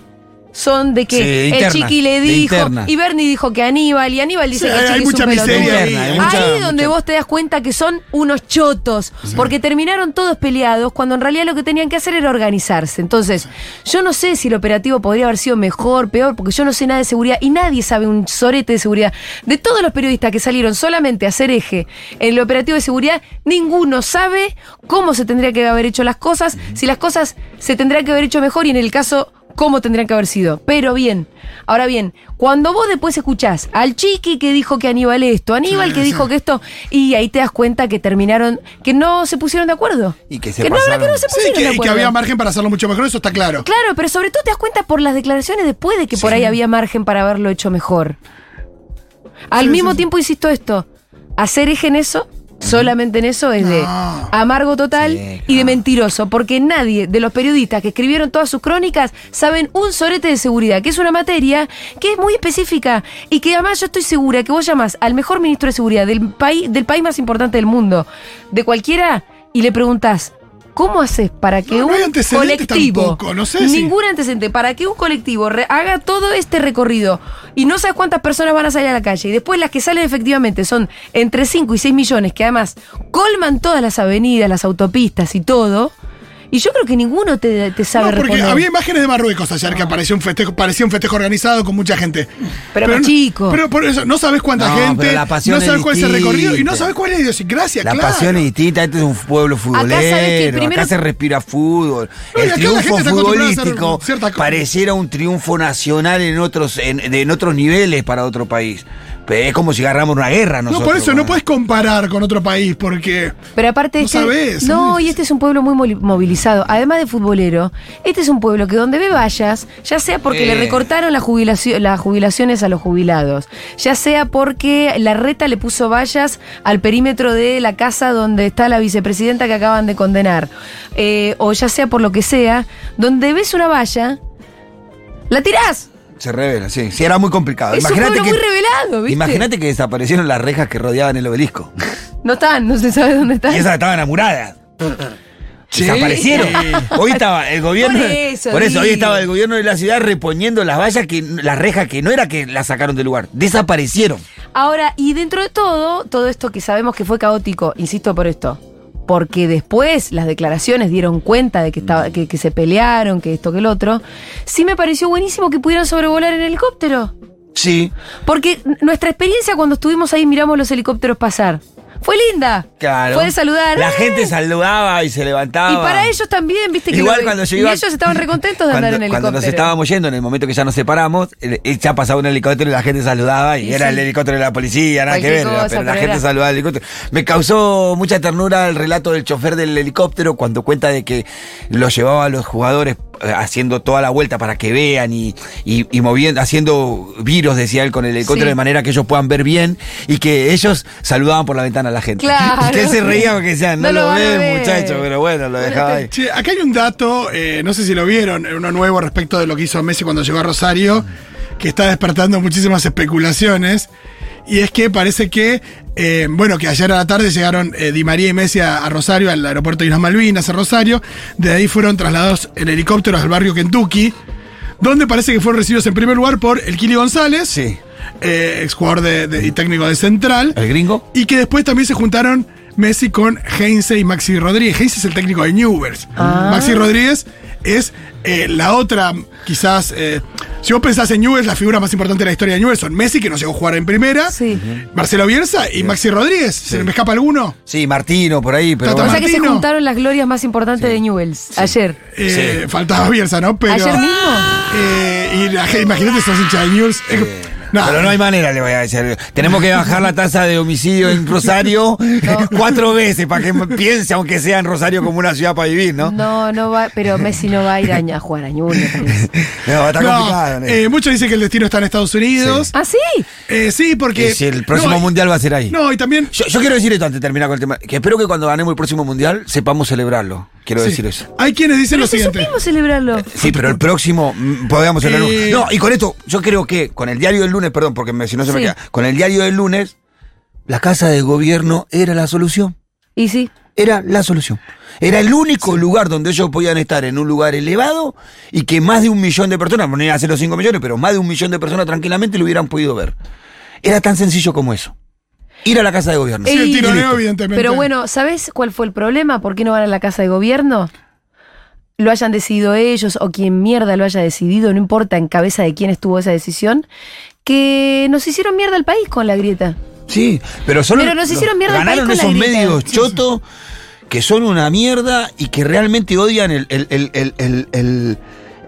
Speaker 1: son de que
Speaker 3: Sí,
Speaker 1: el
Speaker 3: internas,
Speaker 1: Chiqui le
Speaker 3: de
Speaker 1: dijo
Speaker 3: internas.
Speaker 1: y Bernie dijo que Aníbal y Aníbal dice
Speaker 2: Sí,
Speaker 1: que el
Speaker 2: hay-
Speaker 1: Chiqui
Speaker 2: hay
Speaker 1: es un
Speaker 2: mucha
Speaker 1: pelotudo.
Speaker 2: miseria
Speaker 3: ahí, hay mucha-
Speaker 1: Ahí donde
Speaker 3: mucha-
Speaker 1: vos te das cuenta que son unos chotos, porque terminaron todos peleados cuando en realidad lo que tenían que hacer era organizarse. Entonces, yo no sé si el operativo podría haber sido mejor, peor, porque yo no sé nada de seguridad y nadie sabe un sorete de seguridad. De todos los periodistas que salieron solamente a hacer eje en el operativo de seguridad, ninguno sabe cómo se tendría que haber hecho las cosas, si las cosas se tendrían que haber hecho mejor y en el caso cómo tendrían que haber sido. Pero bien, ahora bien, cuando vos después escuchás al chiqui que dijo que Aníbal esto, Aníbal
Speaker 2: Sí,
Speaker 1: que
Speaker 2: sí.
Speaker 1: dijo que esto, y ahí te das cuenta que terminaron, que no se pusieron de acuerdo.
Speaker 3: Y que se
Speaker 1: no, la verdad Pues que
Speaker 3: pasaron.
Speaker 1: no se
Speaker 2: Sí,
Speaker 1: pusieron
Speaker 2: que,
Speaker 1: de
Speaker 2: y que
Speaker 1: acuerdo.
Speaker 2: había margen para hacerlo mucho mejor, eso está claro.
Speaker 1: Claro, pero sobre todo te das cuenta por las declaraciones después de que por ahí había margen para haberlo hecho mejor. Al
Speaker 2: Sí,
Speaker 1: mismo
Speaker 2: sí, sí.
Speaker 1: tiempo, insisto esto, hacer eje en eso, solamente en eso, es de
Speaker 2: No.
Speaker 1: amargo total
Speaker 3: Sí,
Speaker 1: y de
Speaker 3: claro.
Speaker 1: mentiroso, porque nadie de los periodistas que escribieron todas sus crónicas saben un sorete de seguridad, que es una materia que es muy específica y que además yo estoy segura que vos llamás al mejor ministro de seguridad del país, del país más importante del mundo, de cualquiera, y le preguntás, ¿cómo haces para que
Speaker 2: No, no
Speaker 1: un
Speaker 2: hay antecedentes
Speaker 1: colectivo,
Speaker 2: tampoco, no sé si-
Speaker 1: ningún antecedente, para que un colectivo re- haga todo este recorrido y no sabes cuántas personas van a salir a la calle y después las que salen efectivamente son entre 5 y 6 millones que además colman todas las avenidas, las autopistas y todo, y yo creo que ninguno te, te sabe
Speaker 2: No, porque
Speaker 1: responder.
Speaker 2: había imágenes de Marruecos ayer que apareció un festejo, parecía un festejo organizado con mucha gente.
Speaker 1: Pero más
Speaker 2: no-
Speaker 1: chico.
Speaker 2: Pero por eso, no sabes cuánta
Speaker 3: No,
Speaker 2: gente,
Speaker 3: pero la pasión
Speaker 2: no
Speaker 3: es
Speaker 2: sabes cuál es el
Speaker 3: distinta.
Speaker 2: recorrido y no sabes cuál es la idiosincrasia,
Speaker 3: La
Speaker 2: claro.
Speaker 3: pasión es distinta, este es un pueblo futbolero, acá,
Speaker 1: sabés que primero-
Speaker 3: se respira fútbol.
Speaker 2: No, y acá la
Speaker 3: el
Speaker 2: gente
Speaker 3: triunfo
Speaker 2: está acostumbrada a hacer
Speaker 3: futbolístico
Speaker 2: ciertas cosas.
Speaker 3: pareciera un triunfo nacional en otros, en, de- en otros niveles para otro país. Pero es como si agarramos una guerra
Speaker 2: No,
Speaker 3: nosotros.
Speaker 2: por eso no
Speaker 3: bueno.
Speaker 2: puedes comparar con otro país porque...
Speaker 1: Pero aparte
Speaker 2: No
Speaker 1: este-
Speaker 2: sabés,
Speaker 1: no,
Speaker 2: ¿sabés?
Speaker 1: y este es un pueblo muy moli- movilizado. Además de futbolero, este es un pueblo que donde ve vayas, ya sea porque le
Speaker 3: Eh.
Speaker 1: recortaron la jubilación, las jubilaciones a los jubilados, ya sea porque la reta le puso vallas al perímetro de la casa donde está la vicepresidenta que acaban de condenar, eh, o ya sea por lo que sea, donde ves una valla, la tirás.
Speaker 3: Se revela, sí. Sí, era muy complicado.
Speaker 1: Es un
Speaker 3: Imagínate
Speaker 1: pueblo
Speaker 3: que,
Speaker 1: muy revelado, ¿viste?
Speaker 3: Imagínate que desaparecieron las rejas que rodeaban el obelisco.
Speaker 1: No están, no se sabe dónde están.
Speaker 3: Y esas estaban amuradas.
Speaker 2: Sí.
Speaker 3: Desaparecieron. Hoy estaba el gobierno.
Speaker 1: Por eso digo.
Speaker 3: hoy estaba el gobierno de la ciudad reponiendo las vallas que, las rejas que no era que las sacaron del lugar. Desaparecieron.
Speaker 1: Ahora, y dentro de todo, todo esto que sabemos que fue caótico, insisto por esto, porque después las declaraciones dieron cuenta de que,
Speaker 3: Mm.
Speaker 1: estaba, que, que se pelearon, que esto, que el otro, sí me pareció buenísimo que pudieran sobrevolar en helicóptero.
Speaker 3: Sí.
Speaker 1: Porque n- nuestra experiencia cuando estuvimos ahí y miramos los helicópteros pasar, fue linda.
Speaker 3: Claro.
Speaker 1: Fue de saludar.
Speaker 3: La
Speaker 1: ¡eh!
Speaker 3: gente saludaba y se levantaba.
Speaker 1: Y para ellos también, viste que
Speaker 3: Igual
Speaker 1: lo-
Speaker 3: cuando yo
Speaker 1: y
Speaker 3: iba-
Speaker 1: ellos estaban recontentos de
Speaker 3: Cuando,
Speaker 1: andar en helicóptero.
Speaker 3: cuando nos estábamos yendo, en el momento que ya nos separamos, el- el- ya pasaba un helicóptero y la gente saludaba y,
Speaker 1: Y
Speaker 3: era
Speaker 1: sí.
Speaker 3: el helicóptero de la policía, nada que
Speaker 1: Cualquier
Speaker 3: ver,
Speaker 1: cosa,
Speaker 3: pero la
Speaker 1: pero
Speaker 3: gente
Speaker 1: era-
Speaker 3: saludaba el helicóptero. Me causó mucha ternura el relato del chofer del helicóptero cuando cuenta de que lo llevaba a los jugadores eh, haciendo toda la vuelta para que vean y, y- y moviendo, haciendo viros, decía él, con el helicóptero
Speaker 1: Sí.
Speaker 3: de manera que ellos puedan ver bien y que ellos saludaban por la ventana a la gente.
Speaker 1: Claro.
Speaker 3: Y que él se reía porque decían, no,
Speaker 1: No lo
Speaker 3: lo,
Speaker 1: van a
Speaker 3: ven,
Speaker 1: ver".
Speaker 3: muchachos, pero bueno, lo dejaba ahí.
Speaker 2: Che, acá hay un dato, eh, no sé si lo vieron, uno nuevo respecto de lo que hizo Messi cuando llegó a Rosario, que está despertando muchísimas especulaciones. Y es que parece que, eh, bueno, que ayer a la tarde llegaron eh, Di María y Messi a, a Rosario, al aeropuerto de Islas Malvinas, a Rosario. De ahí fueron trasladados en helicópteros al barrio Kentucky, donde parece que fueron recibidos en primer lugar por El Kili González,
Speaker 3: Sí.
Speaker 2: eh, exjugador de, de- y técnico de Central.
Speaker 3: ¿El gringo?
Speaker 2: Y que después también se juntaron Messi con Heinze y Maxi Rodríguez. Heinze es el técnico de Newell's.
Speaker 1: Ah.
Speaker 2: Maxi Rodríguez es eh, la otra, quizás. eh, si vos pensás en Newell's, la figura más importante de la historia de Newell's son Messi, que no llegó a jugar en primera.
Speaker 1: Sí.
Speaker 2: Marcelo Bielsa y Maxi Rodríguez. ¿Se me escapa alguno?
Speaker 3: Sí, Martino, por ahí, pero.
Speaker 2: Tata
Speaker 1: O
Speaker 3: bueno.
Speaker 1: sea que se
Speaker 2: Martino.
Speaker 1: juntaron las glorias más importantes de Newells ayer.
Speaker 2: Eh, Faltaba Bielsa, ¿no? Pero,
Speaker 1: ¿Ayer mismo?
Speaker 2: eh, y la- imagínate, sos hincha de Newell's. Eh, No.
Speaker 3: Pero no hay manera, le voy a decir. Tenemos que bajar la tasa de homicidio en Rosario cuatro veces para que piense, aunque sea en Rosario como una ciudad para vivir, ¿no? No,
Speaker 1: No, no va, pero Messi no va a ir a, Ña- a jugar a Ñuble, parece.
Speaker 3: está
Speaker 2: No,
Speaker 3: complicado. ¿no?
Speaker 2: eh, muchos dicen que el destino está en Estados Unidos.
Speaker 1: ¿Ah, sí?
Speaker 2: Eh, sí, porque.
Speaker 3: Y si el próximo
Speaker 2: no, y-
Speaker 3: mundial va a ser ahí.
Speaker 2: No, y también.
Speaker 3: Yo, yo quiero decir esto antes de terminar con el tema. Que espero que cuando ganemos el próximo mundial sepamos celebrarlo. Quiero
Speaker 2: sí.
Speaker 3: decir eso.
Speaker 2: Hay quienes dicen
Speaker 1: Pero
Speaker 2: lo
Speaker 1: si
Speaker 2: siguiente.
Speaker 1: supimos celebrarlo.
Speaker 3: Sí, pero el próximo mm, podríamos tener un-
Speaker 2: Eh.
Speaker 3: No, y con esto, yo creo que con el diario del lunes, perdón, porque me- si no se me
Speaker 1: Sí.
Speaker 3: queda, con el diario del lunes, la casa de gobierno era la solución.
Speaker 1: Y sí.
Speaker 3: Era la solución. Era el único lugar donde ellos podían estar en un lugar elevado y que más de un millón de personas, no iba a ser los 5 millones, pero más de un millón de personas tranquilamente lo hubieran podido ver. Era tan sencillo como eso. Ir a la casa de gobierno.
Speaker 2: Sí, el
Speaker 1: Ey,
Speaker 2: tironeo,
Speaker 1: listo.
Speaker 2: evidentemente.
Speaker 1: Pero bueno, ¿sabés cuál fue el problema? ¿Por qué no van a la casa de gobierno? Lo hayan decidido ellos o quien mierda lo haya decidido, no importa en cabeza de quién estuvo esa decisión, que nos hicieron mierda al país con la grieta.
Speaker 3: Sí, pero solo.
Speaker 1: Pero nos hicieron mierda el
Speaker 3: Ganaron
Speaker 1: país
Speaker 3: esos
Speaker 1: con la grieta.
Speaker 3: medios
Speaker 1: Sí, sí.
Speaker 3: chotos que son una mierda y que realmente odian el, el- el- el- el- el-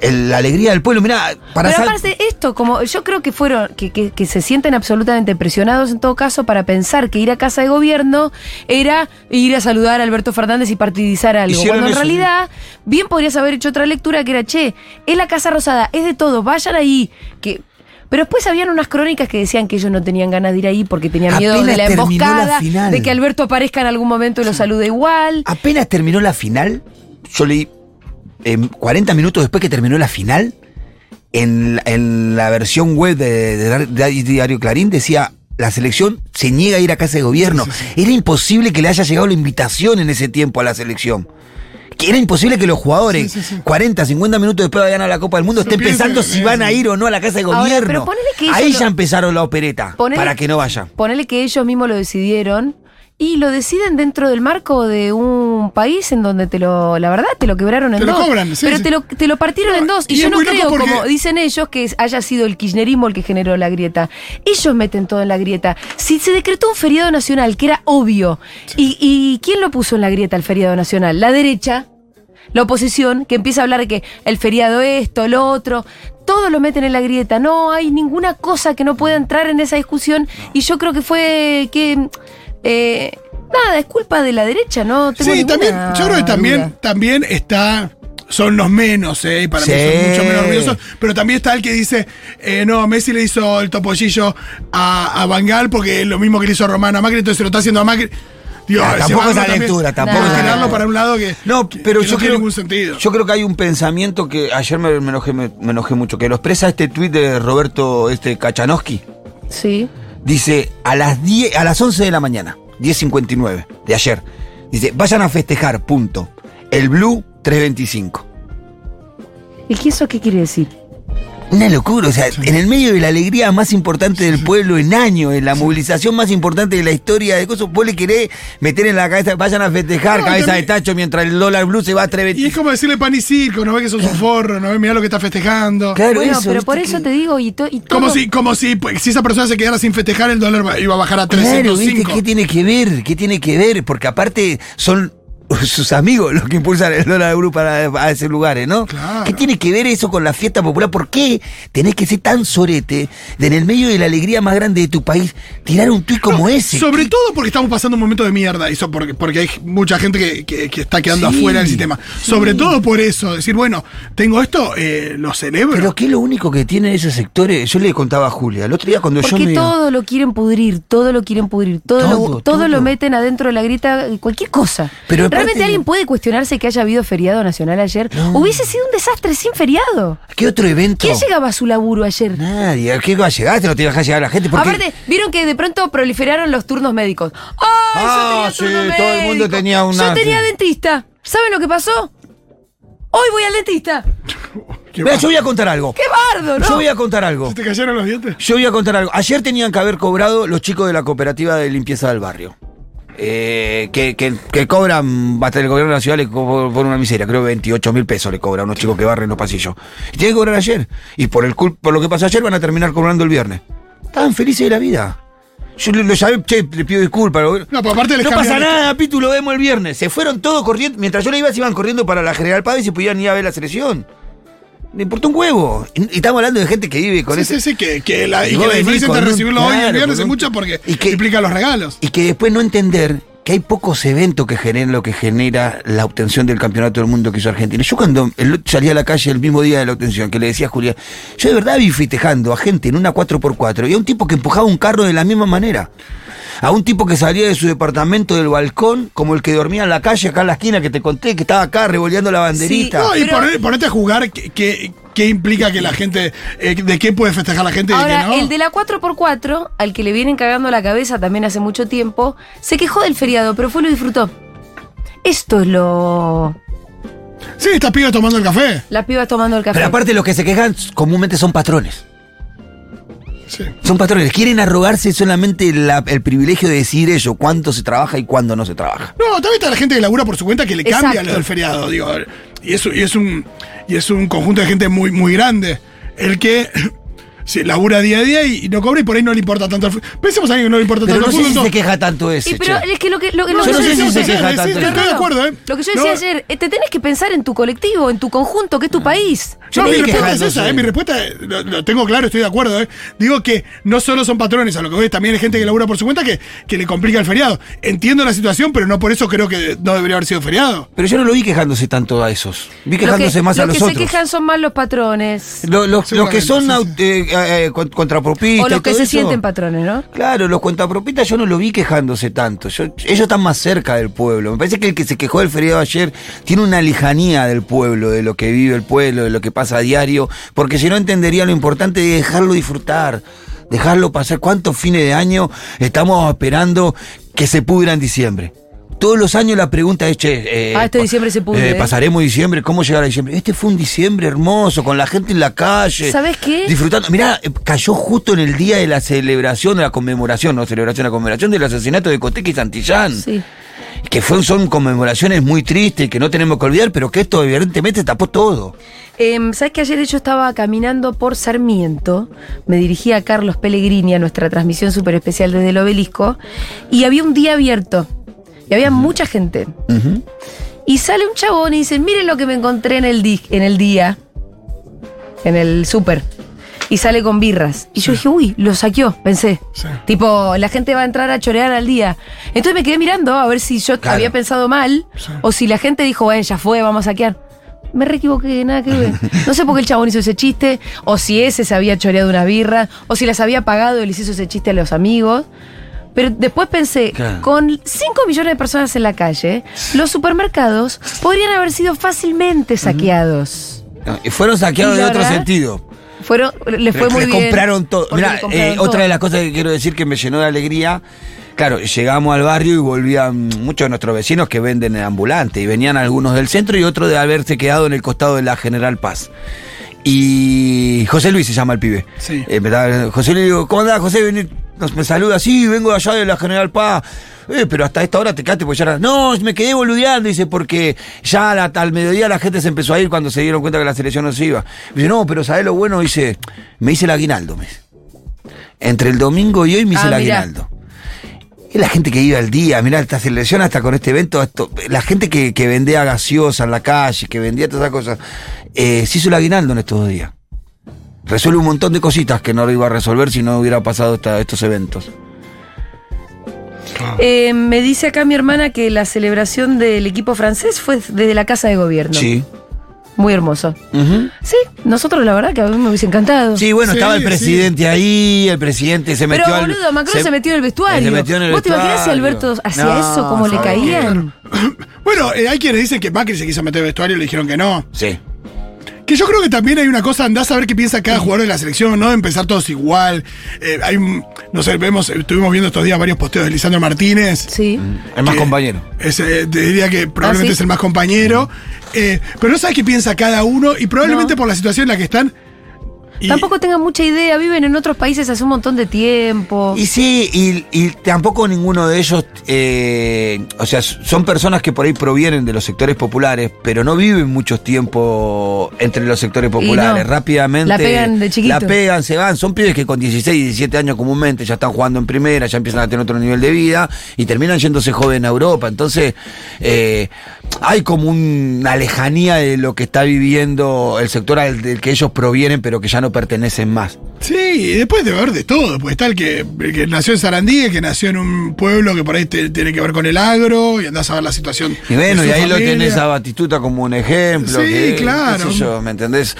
Speaker 3: el- la alegría del pueblo. Mirá, para
Speaker 1: Pero
Speaker 3: sal-
Speaker 1: aparte esto, como yo creo que fueron, que, que- que se sienten absolutamente presionados en todo caso para pensar que ir a casa de gobierno era ir a saludar a Alberto Fernández y partidizar algo.
Speaker 3: Hicieron
Speaker 1: cuando en
Speaker 3: eso,
Speaker 1: realidad, bien podrías haber hecho otra lectura que era, che, es la Casa Rosada, es de todo, vayan ahí. Que... Pero después habían unas crónicas que decían que ellos no tenían ganas de ir ahí porque tenían miedo de
Speaker 3: Apenas
Speaker 1: la
Speaker 3: terminó la
Speaker 1: emboscada,
Speaker 3: final.
Speaker 1: de que Alberto aparezca en algún momento y lo salude igual.
Speaker 3: Apenas terminó la final, yo leí em, 40 minutos después que terminó la final, en, la- en la versión web de, de- de Diario Clarín decía. La selección se niega a ir a casa de gobierno. Era imposible que le haya llegado la invitación en ese tiempo a la selección. Que era imposible que los jugadores, 40, 50 minutos después de ganar la Copa del Mundo, estén
Speaker 2: Empiecen,
Speaker 3: pensando si van a ir o no a la casa de
Speaker 1: Ahora,
Speaker 3: gobierno.
Speaker 1: pero ponele que ellos
Speaker 3: Ahí
Speaker 1: lo-
Speaker 3: ya empezaron la opereta
Speaker 1: Ponele-
Speaker 3: para que no vayan.
Speaker 1: Ponele que ellos mismos lo decidieron y lo deciden dentro del marco de un país en donde te lo, la verdad, te lo quebraron en
Speaker 2: Te lo
Speaker 1: dos.
Speaker 2: cobran, sí,
Speaker 1: pero
Speaker 2: sí.
Speaker 1: te, lo, te lo partieron en dos. Y,
Speaker 2: y
Speaker 1: yo
Speaker 2: es
Speaker 1: no
Speaker 2: muy loco
Speaker 1: creo,
Speaker 2: porque-
Speaker 1: como dicen ellos, que es- haya sido el kirchnerismo el que generó la grieta. Ellos meten todo en la grieta. Si se decretó un feriado nacional, que era obvio, y, ¿y quién lo puso en la grieta el feriado nacional? La derecha la oposición, que empieza a hablar de que el feriado esto, lo otro, todos lo meten en la grieta, no hay ninguna cosa que no pueda entrar en esa discusión y yo creo que fue que... eh, nada, es culpa de la derecha, ¿no? Tengo
Speaker 2: Sí,
Speaker 1: ninguna
Speaker 2: también. Yo creo que también,
Speaker 1: duda.
Speaker 2: también está. Son los menos, ¿eh? Y Para mí
Speaker 3: Sí.
Speaker 2: son mucho menos orgullosos. Pero también está el que dice: eh, No, Messi le hizo el topollillo a, a Bangal porque es lo mismo que le hizo Román a Macri, entonces se lo está haciendo a Macri. Digo,
Speaker 3: Ah,
Speaker 2: ese
Speaker 3: tampoco
Speaker 2: bando
Speaker 3: esa
Speaker 2: también-
Speaker 3: lectura, tampoco
Speaker 2: como
Speaker 1: esa
Speaker 2: tirarlo
Speaker 1: lectura.
Speaker 2: para un lado que
Speaker 3: No,
Speaker 2: que-
Speaker 3: pero
Speaker 2: que
Speaker 3: yo
Speaker 2: no
Speaker 3: creo,
Speaker 2: tiene ningún sentido.
Speaker 3: Yo creo que hay un pensamiento que ayer me, me enojé, me, me enojé mucho, que lo expresa este tuit de Roberto este, Kachanowski.
Speaker 1: Sí.
Speaker 3: Dice, a las, 10, a las 11 de la mañana, 10.59 de ayer, dice, vayan a festejar, punto. El Blue 325.
Speaker 1: ¿Y qué eso qué quiere decir?
Speaker 3: Una locura, o sea, en el medio de la alegría más importante del pueblo en años, en la movilización más importante de la historia de cosas, vos le querés meter en la cabeza, vayan a festejar,
Speaker 2: No,
Speaker 3: cabeza de
Speaker 2: también-
Speaker 3: tacho, mientras el dólar blue se va
Speaker 2: Y
Speaker 3: a
Speaker 2: es
Speaker 3: 325.
Speaker 2: como decirle pan y circo, no ve que sos un forro, no ve, mirá lo que está festejando.
Speaker 3: Claro,
Speaker 1: bueno,
Speaker 3: eso,
Speaker 1: pero
Speaker 3: ¿viste
Speaker 1: por
Speaker 3: que-
Speaker 1: eso te digo y, to- y todo...
Speaker 2: Como si, como si, pues, si esa persona se quedara sin festejar, el dólar va- iba a bajar a
Speaker 3: Claro, ¿viste
Speaker 2: 305.
Speaker 3: qué tiene que ver? ¿Qué tiene que ver? Porque aparte son sus amigos los que impulsan el dólar blue para a esos lugares, ¿no?
Speaker 2: Claro.
Speaker 3: ¿Qué tiene que ver eso con la fiesta popular? ¿Por qué tenés que ser tan sorete de en el medio de la alegría más grande de tu país tirar un tuit como ese?
Speaker 2: Sobre todo porque estamos pasando un momento de mierda, eso porque, porque hay mucha gente que, que- que está quedando
Speaker 3: Sí,
Speaker 2: afuera del sistema. Sobre todo por eso, decir, bueno, tengo esto, eh, lo celebro.
Speaker 3: Pero que es lo único que tienen esos sectores. Yo le contaba a Julia, el otro día cuando yo
Speaker 1: Porque
Speaker 3: me.
Speaker 1: todo lo quieren pudrir, todo lo quieren pudrir, todo,
Speaker 3: Todo,
Speaker 1: lo, todo
Speaker 3: todo.
Speaker 1: lo meten adentro de la grita, eh, cualquier cosa.
Speaker 3: Pero aparte-
Speaker 1: ¿Realmente alguien puede cuestionarse que haya habido feriado nacional ayer?
Speaker 3: No.
Speaker 1: Hubiese sido un desastre sin feriado.
Speaker 3: ¿Qué otro evento?
Speaker 1: ¿Quién llegaba a su laburo ayer?
Speaker 3: Nadie. ¿A ¿Qué va a llegar? Te lo te vas a llegar a la gente. Porque...
Speaker 1: Aparte, vieron que de pronto proliferaron los turnos médicos. ¡Ay, yo tenía turno
Speaker 3: Ah, sí, todo el
Speaker 1: médico!
Speaker 3: mundo tenía una-
Speaker 1: Yo tenía dentista. ¿Saben lo que pasó? Hoy voy al dentista.
Speaker 2: ¿Qué
Speaker 3: Mira,
Speaker 2: va?
Speaker 3: yo voy a contar algo.
Speaker 1: ¡Qué bardo, no!
Speaker 3: Yo voy a contar algo.
Speaker 2: ¿Se te cayeron los dientes?
Speaker 3: Yo voy a contar algo. Ayer tenían que haber cobrado los chicos de la cooperativa de limpieza del barrio. Eh, que, que- que cobran, hasta el gobierno de la ciudad le co- por una miseria, creo que 28 mil pesos le cobran a unos chicos que barren los pasillos. Y tienen que cobrar ayer. Y por, el cul- por lo que pasó ayer van a terminar cobrando el viernes. Estaban felices de la vida. Yo lo, lo llamé, che, le pido disculpas. lo-
Speaker 2: No, pero aparte les
Speaker 3: no
Speaker 2: cambian
Speaker 3: pasa
Speaker 2: el-
Speaker 3: nada, Pitu, lo vemos el viernes. Se fueron todos corriendo. Mientras yo le iba, se iban corriendo para la General Paz y se pudieran ir a ver la selección. le importa un huevo. Y, y estamos hablando de gente que vive con
Speaker 2: Sí,
Speaker 3: ese.
Speaker 2: sí, sí, que, que la, y
Speaker 3: Y
Speaker 2: que
Speaker 3: vos
Speaker 2: la
Speaker 3: venís
Speaker 2: diferencia
Speaker 3: con
Speaker 2: entre
Speaker 3: un-
Speaker 2: recibirlo hoy y el
Speaker 3: claro,
Speaker 2: viernes
Speaker 3: con
Speaker 2: es
Speaker 3: un-
Speaker 2: mucha porque
Speaker 3: y que-
Speaker 2: implica los regalos.
Speaker 3: Y que después no entender que hay pocos eventos que generan lo que genera la obtención del campeonato del mundo que hizo Argentina. Yo cuando el otro- salí a la calle el mismo día de la obtención, que le decía a Julián, yo de verdad vi festejando a gente en una 4x4 y a un tipo que empujaba un carro de la misma manera. A un tipo que salía de su departamento del balcón, como el que dormía en la calle acá en la esquina que te conté, que estaba acá revoleando la banderita.
Speaker 2: No, y
Speaker 1: Pero-
Speaker 2: poner- ponete a jugar qué- qué qué implica que la gente, eh, de qué puede festejar la gente y de qué
Speaker 1: Ahora,
Speaker 2: no.
Speaker 1: el de la 4x4, al que le vienen cagando la cabeza también hace mucho tiempo, se quejó del feriado, pero fue y lo disfrutó. Esto es lo.
Speaker 2: Sí, estás pibas tomando el café.
Speaker 1: Las pibas tomando el café.
Speaker 3: Pero aparte los que se quejan comúnmente son patrones.
Speaker 2: Sí.
Speaker 3: Son patrones, quieren arrogarse solamente la- el privilegio de decidir ellos cuánto se trabaja y cuándo no se trabaja.
Speaker 2: No, también está la gente que labura por su cuenta que le cambia
Speaker 1: Exacto.
Speaker 2: lo del feriado, digo. Y es, y es un y es un conjunto de gente muy, muy grande. El que se labura día a día y, y no cobra y por ahí no le importa tanto el fútbol. Pensemos a alguien que no le importa
Speaker 3: Pero
Speaker 2: tanto
Speaker 3: no
Speaker 2: el
Speaker 3: sé
Speaker 2: fútbol.
Speaker 3: si
Speaker 2: no.
Speaker 3: se queja tanto ese.
Speaker 1: Y pero
Speaker 3: che.
Speaker 1: es que lo que, lo que-
Speaker 2: No,
Speaker 1: lo
Speaker 2: yo
Speaker 1: que
Speaker 2: no sé si
Speaker 1: decía
Speaker 2: se
Speaker 1: ayer-
Speaker 2: queja
Speaker 1: lo
Speaker 2: tanto.
Speaker 1: raro-
Speaker 2: Estoy de acuerdo, ¿eh?
Speaker 1: Lo que yo
Speaker 2: No.
Speaker 1: decía ayer, eh, te tenés que pensar en tu colectivo, en tu conjunto, que es
Speaker 3: Ah.
Speaker 1: tu país.
Speaker 2: Yo, mi
Speaker 3: Tenés que
Speaker 2: respuesta es
Speaker 3: quejarnos,
Speaker 2: esa,
Speaker 3: eh.
Speaker 2: eh, mi respuesta eh, lo, lo tengo claro, estoy de acuerdo. eh. Digo que no solo son patrones, a lo que voy, también hay gente que labura por su cuenta que, que le complica el feriado. Entiendo la situación, pero no por eso creo que no debería haber sido feriado.
Speaker 3: Pero yo no lo vi quejándose tanto a esos. Vi
Speaker 1: Lo
Speaker 3: quejándose
Speaker 1: que-
Speaker 3: más a
Speaker 1: lo
Speaker 3: los
Speaker 1: que
Speaker 3: otros.
Speaker 1: se quejan son más los patrones.
Speaker 3: Lo- los, los que son
Speaker 2: Seguramente,
Speaker 3: aut- eh, eh, con- contrapropistas.
Speaker 1: o
Speaker 3: y
Speaker 1: los que
Speaker 3: todo
Speaker 1: se
Speaker 3: eso.
Speaker 1: sienten patrones, ¿no?
Speaker 3: Claro, los cuentapropistas yo no lo vi quejándose tanto. Yo- ellos están más cerca del pueblo. Me parece que el que se quejó del feriado ayer tiene una lejanía del pueblo, de lo que vive el pueblo, de lo que pasa a diario, porque si no entendería lo importante de dejarlo disfrutar, dejarlo pasar. ¿Cuántos fines de año estamos esperando que se pudra en diciembre? Todos los años la pregunta es, che, eh,
Speaker 1: Ah, este diciembre se pudre,
Speaker 3: eh,
Speaker 1: eh.
Speaker 3: pasaremos diciembre, ¿cómo llegar a diciembre? Este fue un diciembre hermoso, con la gente en la calle.
Speaker 1: ¿Sabés qué?
Speaker 3: Disfrutando. Mirá, eh, cayó justo en el día de la celebración, de la conmemoración, no celebración, la conmemoración del asesinato de Coteca y Santillán.
Speaker 1: Sí.
Speaker 3: Que fue- son conmemoraciones muy tristes que no tenemos que olvidar, pero que esto evidentemente tapó todo.
Speaker 1: Em, ¿Sabes que ayer yo estaba caminando por Sarmiento? Me dirigía a Carlos Pellegrini a nuestra transmisión súper especial desde el obelisco. Y había un día abierto. Y había mucha gente.
Speaker 3: Ujú.
Speaker 1: Y sale un chabón y dice, miren lo que me encontré en el, di- en el día. En el súper. Y sale con birras. Y yo dije, uy, lo saqueó, pensé.
Speaker 2: Sí.
Speaker 1: Tipo, la gente va a entrar a chorear al día. Entonces me quedé mirando a ver si yo
Speaker 3: Claro.
Speaker 1: había pensado mal
Speaker 2: Sí.
Speaker 1: o si la gente dijo, bueno, ya fue, vamos a saquear. Me re equivoqué, nada que ver. No sé por qué el chabón hizo ese chiste, o si ese se había choreado una birra, o si las había pagado y les hizo ese chiste a los amigos. Pero después pensé,
Speaker 3: Claro.
Speaker 1: con 5 millones de personas en la calle, los supermercados podrían haber sido fácilmente saqueados.
Speaker 3: No, y Fueron saqueados
Speaker 1: Y
Speaker 3: de
Speaker 1: la
Speaker 3: otro
Speaker 1: verdad,
Speaker 3: sentido.
Speaker 1: Fueron, les fue
Speaker 3: Les
Speaker 1: muy bien.
Speaker 3: compraron todo.
Speaker 1: porque
Speaker 3: Mirá,
Speaker 1: les compraron
Speaker 3: eh, otra
Speaker 1: todo.
Speaker 3: de las cosas que quiero decir que me llenó de alegría. Claro, llegamos al barrio y volvían muchos de nuestros vecinos que venden en ambulante. Y venían algunos del centro y otros de haberse quedado en el costado de la General Paz. Y José Luis se llama el pibe.
Speaker 2: Sí.
Speaker 3: Eh, me estaba- José Luis, digo, ¿cómo andás, José? Vení, nos, me saluda, sí, vengo de allá de la General Paz. Eh, pero hasta esta hora te quedaste porque ya era- No, me quedé boludeando, dice, porque ya a la- al mediodía la gente se empezó a ir cuando se dieron cuenta que la selección no se iba. Me dice, no, pero ¿sabés lo bueno? Dice, me hice el aguinaldo, me dice. Entre el domingo y hoy me hice
Speaker 1: Ah,
Speaker 3: el
Speaker 1: mirá.
Speaker 3: aguinaldo. Es la gente que iba al día, mirá, esta selección hasta con este evento, esto- la gente que, que vendía gaseosa en la calle, que vendía todas esas cosas, eh, se hizo el aguinaldo en estos dos días. Resuelve un montón de cositas que no lo iba a resolver si no hubiera pasado esta- estos eventos.
Speaker 1: Eh, me dice acá mi hermana que la celebración del equipo francés fue desde la Casa de Gobierno.
Speaker 3: Sí.
Speaker 1: Muy hermoso.
Speaker 3: Ujú.
Speaker 1: Sí, nosotros la verdad que a mí me hubiese encantado.
Speaker 3: Sí, bueno,
Speaker 2: Sí,
Speaker 3: estaba el presidente ahí, el presidente se
Speaker 1: Pero
Speaker 3: metió al-
Speaker 1: boludo, Macron se, metió en el vestuario.
Speaker 3: se metió en el
Speaker 1: ¿Vos te imaginas si
Speaker 3: vestuario.
Speaker 1: Alberto hacía
Speaker 3: No,
Speaker 1: eso, cómo le
Speaker 3: ¿sabés
Speaker 1: caían?
Speaker 2: Bueno, eh, hay quienes dicen que Macri se quiso meter vestuario y le dijeron que no.
Speaker 3: qué? Sí.
Speaker 2: Que yo creo que también hay una cosa, andás a ver qué piensa cada jugador de la selección, ¿no? Empezar todos igual. Eh, hay, un- no sé, vemos, estuvimos viendo estos días varios posteos de Lisandro Martínez.
Speaker 1: Sí.
Speaker 3: Es más
Speaker 2: que
Speaker 3: compañero.
Speaker 2: es, eh, te diría que
Speaker 1: Ah, sí.
Speaker 2: probablemente es el más compañero. Eh, pero no sabes qué piensa cada uno y probablemente
Speaker 1: No.
Speaker 2: por la situación en la que están. y-
Speaker 1: Tampoco tengan mucha idea, viven en otros países hace un montón de tiempo.
Speaker 3: Y sí, y, y tampoco ninguno de ellos, eh, o sea, son personas que por ahí provienen de los sectores populares, pero no viven muchos tiempo entre los sectores populares.
Speaker 1: no.
Speaker 3: Rápidamente.
Speaker 1: La pegan de chiquito.
Speaker 3: La pegan, se van. Son pibes que con 16, 17 años comúnmente ya están jugando en primera, ya empiezan a tener otro nivel de vida y terminan yéndose joven a Europa. Entonces, eh, hay como una lejanía de lo que está viviendo el sector al- del que ellos provienen, pero que ya no pertenecen más.
Speaker 2: Sí, y después debe haber de todo, pues está el que, el que nació en Sarandí, el que nació en un pueblo que por ahí te- tiene que ver con el agro, y andás a ver la situación.
Speaker 3: Y bueno,
Speaker 2: de
Speaker 3: y
Speaker 2: su
Speaker 3: ahí lo
Speaker 2: familia.
Speaker 3: tenés a Batistuta como un ejemplo.
Speaker 2: Sí,
Speaker 3: que,
Speaker 2: claro.
Speaker 3: qué sé yo, ¿Me entendés?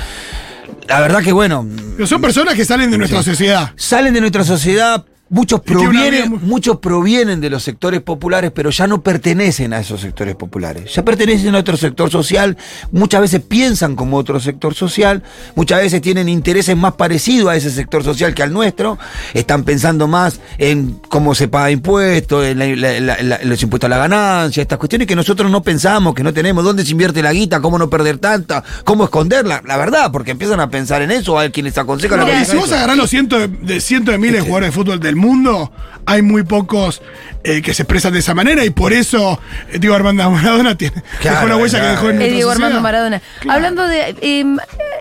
Speaker 3: La verdad que bueno,
Speaker 2: Pero son personas que salen de nuestra sociedad.
Speaker 3: salen de nuestra sociedad, muchos
Speaker 2: tienen una vida
Speaker 3: provienen,
Speaker 2: muy-
Speaker 3: muchos provienen de los sectores populares, pero ya no pertenecen a esos sectores populares. Ya pertenecen a otro sector social, muchas veces piensan como otro sector social, muchas veces tienen intereses más parecidos a ese sector social que al nuestro, están pensando más en cómo se paga impuestos, en la- la- la- la- los impuestos a la ganancia, estas cuestiones que nosotros no pensamos, que no tenemos, dónde se invierte la guita, cómo no perder tanta, cómo esconderla, la verdad, porque empiezan a pensar en eso, hay quienes aconsejan
Speaker 2: No,
Speaker 3: a
Speaker 2: y
Speaker 3: pensar
Speaker 2: si vos
Speaker 3: eso.
Speaker 2: agarrás los cientos de, de cientos de miles de jugadores de fútbol del mundo, hay muy pocos eh, que se expresan de esa manera y por eso eh, Diego Armando Maradona tiene,
Speaker 3: Claro,
Speaker 2: dejó la huella
Speaker 3: claro.
Speaker 2: que dejó en
Speaker 1: Eh,
Speaker 2: nuestra
Speaker 1: Diego Armando
Speaker 2: sociedad.
Speaker 1: Maradona. Hablando de eh,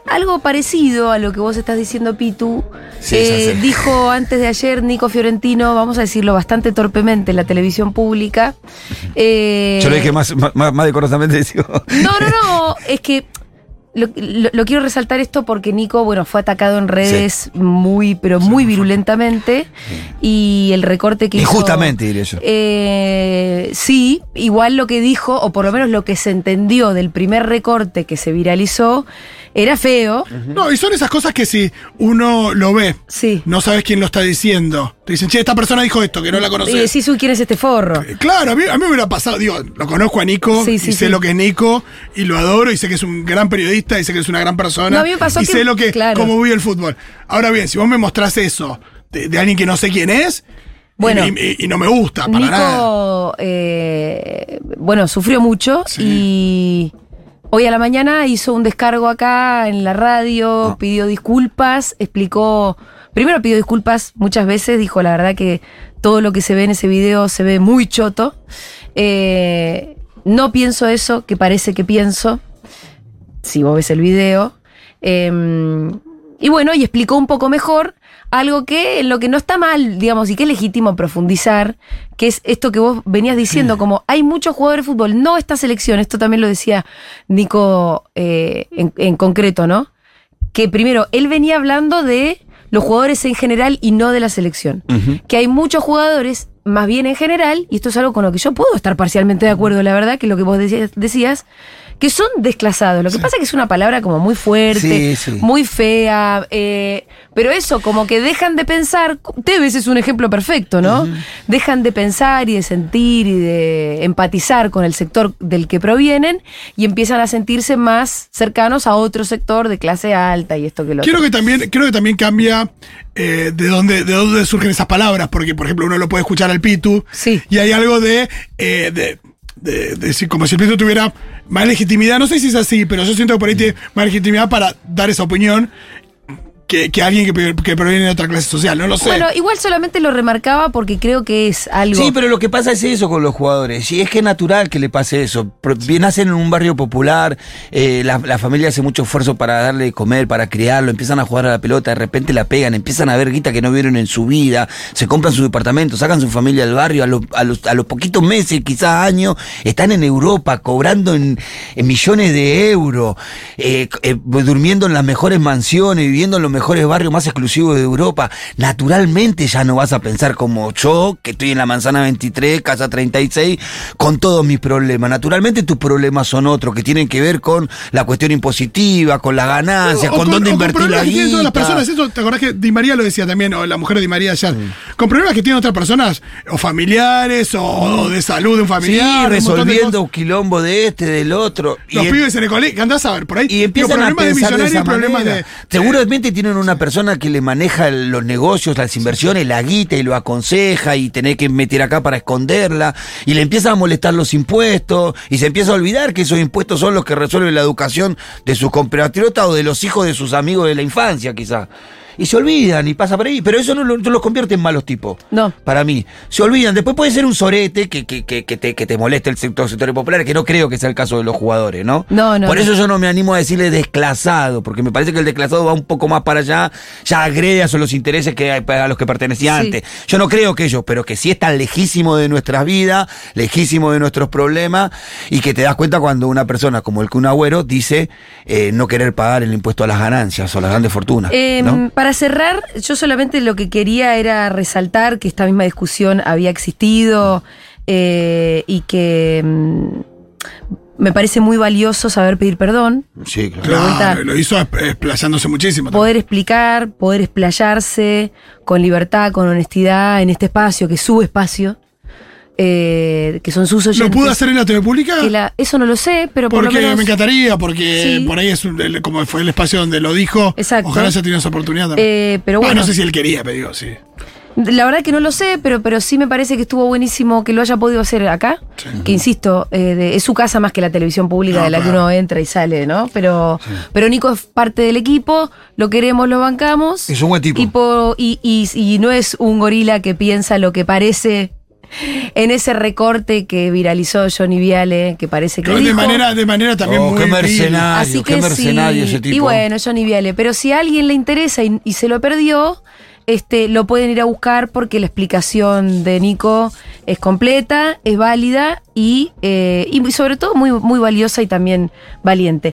Speaker 1: algo parecido a lo que vos estás diciendo, Pitu,
Speaker 3: Sí,
Speaker 1: eh,
Speaker 3: ya sé.
Speaker 1: dijo antes de ayer Nico Fiorentino, vamos a decirlo bastante torpemente en la televisión pública. eh,
Speaker 3: Yo lo dije más, más, más decorosamente, digo.
Speaker 1: No, no, no, es que lo, lo- lo quiero resaltar esto porque Nico, bueno, fue atacado en redes muy, pero muy virulentamente y el recorte que hizo-
Speaker 3: Injustamente, diría yo.
Speaker 1: eh, sí, igual lo que dijo, o por lo menos lo que se entendió del primer recorte que se viralizó, era feo.
Speaker 3: Mm.
Speaker 2: No, y son esas cosas que si uno lo ve,
Speaker 1: Sí.
Speaker 2: no sabes quién lo está diciendo. Te dicen, che, esta persona dijo esto, que no la
Speaker 1: Y
Speaker 2: conoces.
Speaker 1: decís, uy, ¿quién es este forro?
Speaker 2: Eh, Claro, a mí, a mí me hubiera pasado, digo, lo conozco a Nico,
Speaker 1: Sí, sí,
Speaker 2: y sé
Speaker 1: sí.
Speaker 2: lo que es Nico, y lo adoro, y sé que es un gran periodista, y sé que es una gran persona,
Speaker 1: No, a mí me pasó
Speaker 2: y
Speaker 1: que-
Speaker 2: sé lo que,
Speaker 1: claro.
Speaker 2: cómo vive el fútbol. Ahora bien, si vos me mostrás eso de, de alguien que no sé quién es,
Speaker 1: Bueno.
Speaker 2: y, y- y no me gusta para nada.
Speaker 1: Nico, eh, bueno, sufrió mucho
Speaker 2: Sí.
Speaker 1: y hoy a la mañana hizo un descargo acá en la
Speaker 2: Ah.
Speaker 1: radio, pidió disculpas, explicó, primero pidió disculpas muchas veces, dijo la verdad que todo lo que se ve en ese video se ve muy choto. Eh, no pienso eso que parece que pienso, si vos ves el video. Eh, y bueno, y explicó un poco mejor algo que en lo que no está mal, digamos, y que es legítimo profundizar, que es esto que vos venías diciendo, como hay muchos jugadores de fútbol, no esta selección, esto también lo decía Nico eh, en, en concreto, ¿no? Que primero, él venía hablando de los jugadores en general y no de la selección. Que hay muchos jugadores, más bien en general, y esto es algo con lo que yo puedo estar parcialmente de acuerdo, la verdad, que lo que vos decías, decías, que son desclasados. Lo que pasa es que es una palabra como muy fuerte,
Speaker 3: Sí, sí.
Speaker 1: muy fea, eh, pero eso, como que dejan de pensar, Tevez es un ejemplo perfecto, ¿no? Dejan de pensar y de sentir y de empatizar con el sector del que provienen y empiezan a sentirse más cercanos a otro sector de clase alta y esto que lo
Speaker 2: Quiero
Speaker 1: otro.
Speaker 2: que también, creo que también cambia eh, de dónde, de dónde surgen esas palabras, porque por ejemplo uno lo puede escuchar al Pitu,
Speaker 1: Sí.
Speaker 2: y hay algo de, eh, de, de- de decir, como si el Pitu tuviera más legitimidad, no sé si es así, pero yo siento que por ahí tiene más legitimidad para dar esa opinión que, que alguien que, pe- que proviene de otra clase social, no lo sé.
Speaker 1: Bueno, igual solamente lo remarcaba porque creo que es algo...
Speaker 3: Sí, pero lo que pasa es eso con los jugadores. Y es que es natural que le pase eso. Pro- bien, Nacen en un barrio popular, eh, la, la familia hace mucho esfuerzo para darle de comer, para criarlo, empiezan a jugar a la pelota, de repente la pegan, empiezan a ver guita que no vieron en su vida, se compran su departamento, sacan su familia al barrio, a, los- a los, a los poquitos meses, quizás años, están en Europa cobrando en, en millones de euros, eh, eh, durmiendo en las mejores mansiones, viviendo en los mejores barrios más exclusivos de Europa. Naturalmente ya no vas a pensar como yo, que estoy en la manzana 23, casa 36, con todos mis problemas. Naturalmente tus problemas son otros, que tienen que ver con la cuestión impositiva, con las ganancias,
Speaker 2: O
Speaker 3: con, dónde
Speaker 2: o
Speaker 3: invertir
Speaker 2: problemas
Speaker 3: la
Speaker 2: que tienen todas las
Speaker 3: guita.
Speaker 2: personas. Eso, ¿Te acordás que Di María lo decía también, o la mujer de Di María ayer? Con problemas que tienen otras personas, o familiares, o, o de salud de un
Speaker 3: Sí,
Speaker 2: familiar. un montón de
Speaker 3: resolviendo un quilombo de este, del otro.
Speaker 2: Los
Speaker 3: Y
Speaker 1: em-
Speaker 3: en-
Speaker 2: pibes en el colegio, que andás a ver por ahí.
Speaker 3: Y empiezan
Speaker 2: digo,
Speaker 3: a
Speaker 2: problemas de
Speaker 3: pensar de, esa
Speaker 2: millonarios, problemas
Speaker 3: manera.
Speaker 2: de. eh,
Speaker 3: Seguramente tienen una persona que le maneja el- los negocios, las inversiones, la guita y lo aconseja y tener que meter acá para esconderla y le empiezan a molestar los impuestos y se empieza a olvidar que esos impuestos son los que resuelven la educación de sus compatriotas o de los hijos de sus amigos de la infancia quizás. y se olvidan y pasa por ahí. Pero eso no, lo- no los convierte en malos tipos.
Speaker 1: No.
Speaker 3: Para mí. Se olvidan. Después puede ser un sorete que, que, que, que te, que te moleste el sector, sector popular, que no creo que sea el caso de los jugadores, ¿no?
Speaker 1: No, no,
Speaker 3: Por
Speaker 1: no.
Speaker 3: eso yo no me animo a decirle desclasado, porque me parece que el desclasado va un poco más para allá, ya agrede a los intereses que, a los que pertenecía
Speaker 1: Sí.
Speaker 3: antes. Yo no creo que ellos, pero que sí están lejísimo de nuestras vidas, lejísimo de nuestros problemas, y que te das cuenta cuando una persona como el Kun Agüero dice eh, no querer pagar el impuesto a las ganancias o las grandes fortunas.
Speaker 1: Eh,
Speaker 3: ¿no?
Speaker 1: Para cerrar, yo solamente lo que quería era resaltar que esta misma discusión había existido eh, y que mm, me parece muy valioso saber pedir perdón,
Speaker 3: Sí, claro.
Speaker 1: vuelta.
Speaker 2: Claro, lo hizo esp- explayándose muchísimo.
Speaker 1: poder explicar, poder explayarse con libertad, con honestidad en este espacio, que es su espacio, eh, que son sus oyentes.
Speaker 2: ¿Lo pudo hacer en la TV pública?
Speaker 1: Que la- eso no lo sé, pero por lo
Speaker 2: Porque
Speaker 1: menos-
Speaker 2: me encantaría, porque
Speaker 1: Sí.
Speaker 2: por ahí es un- el- como fue el espacio donde lo dijo.
Speaker 1: Exacto.
Speaker 2: Ojalá haya tenido esa oportunidad también.
Speaker 1: eh, pero
Speaker 2: Ah,
Speaker 1: bueno,
Speaker 2: no sé si él quería, pero digo, sí.
Speaker 1: La verdad que no lo sé, pero, pero sí me parece que estuvo buenísimo que lo haya podido hacer acá. Que insisto, eh, de- es su casa más que la televisión pública
Speaker 2: No,
Speaker 1: de la que
Speaker 2: claro.
Speaker 1: uno entra y sale, ¿no? Pero, pero Nico es parte del equipo, lo queremos, lo bancamos.
Speaker 3: Es un buen tipo.
Speaker 1: Y, po- y, y- y no es un gorila que piensa lo que parece en ese recorte que viralizó Johnny Viale, que parece que.
Speaker 2: Pero de
Speaker 1: dijo.
Speaker 2: manera, de manera también
Speaker 3: Oh,
Speaker 2: muy
Speaker 3: qué
Speaker 2: vil.
Speaker 3: mercenario.
Speaker 1: Así
Speaker 3: qué
Speaker 1: que
Speaker 3: mercenario
Speaker 1: sí.
Speaker 3: ese tipo.
Speaker 1: Y bueno, Johnny Viale. Pero si a alguien le interesa y, y se lo perdió, este, lo pueden ir a buscar porque la explicación de Nico es completa, es válida y, eh, y sobre todo muy, muy valiosa y también valiente.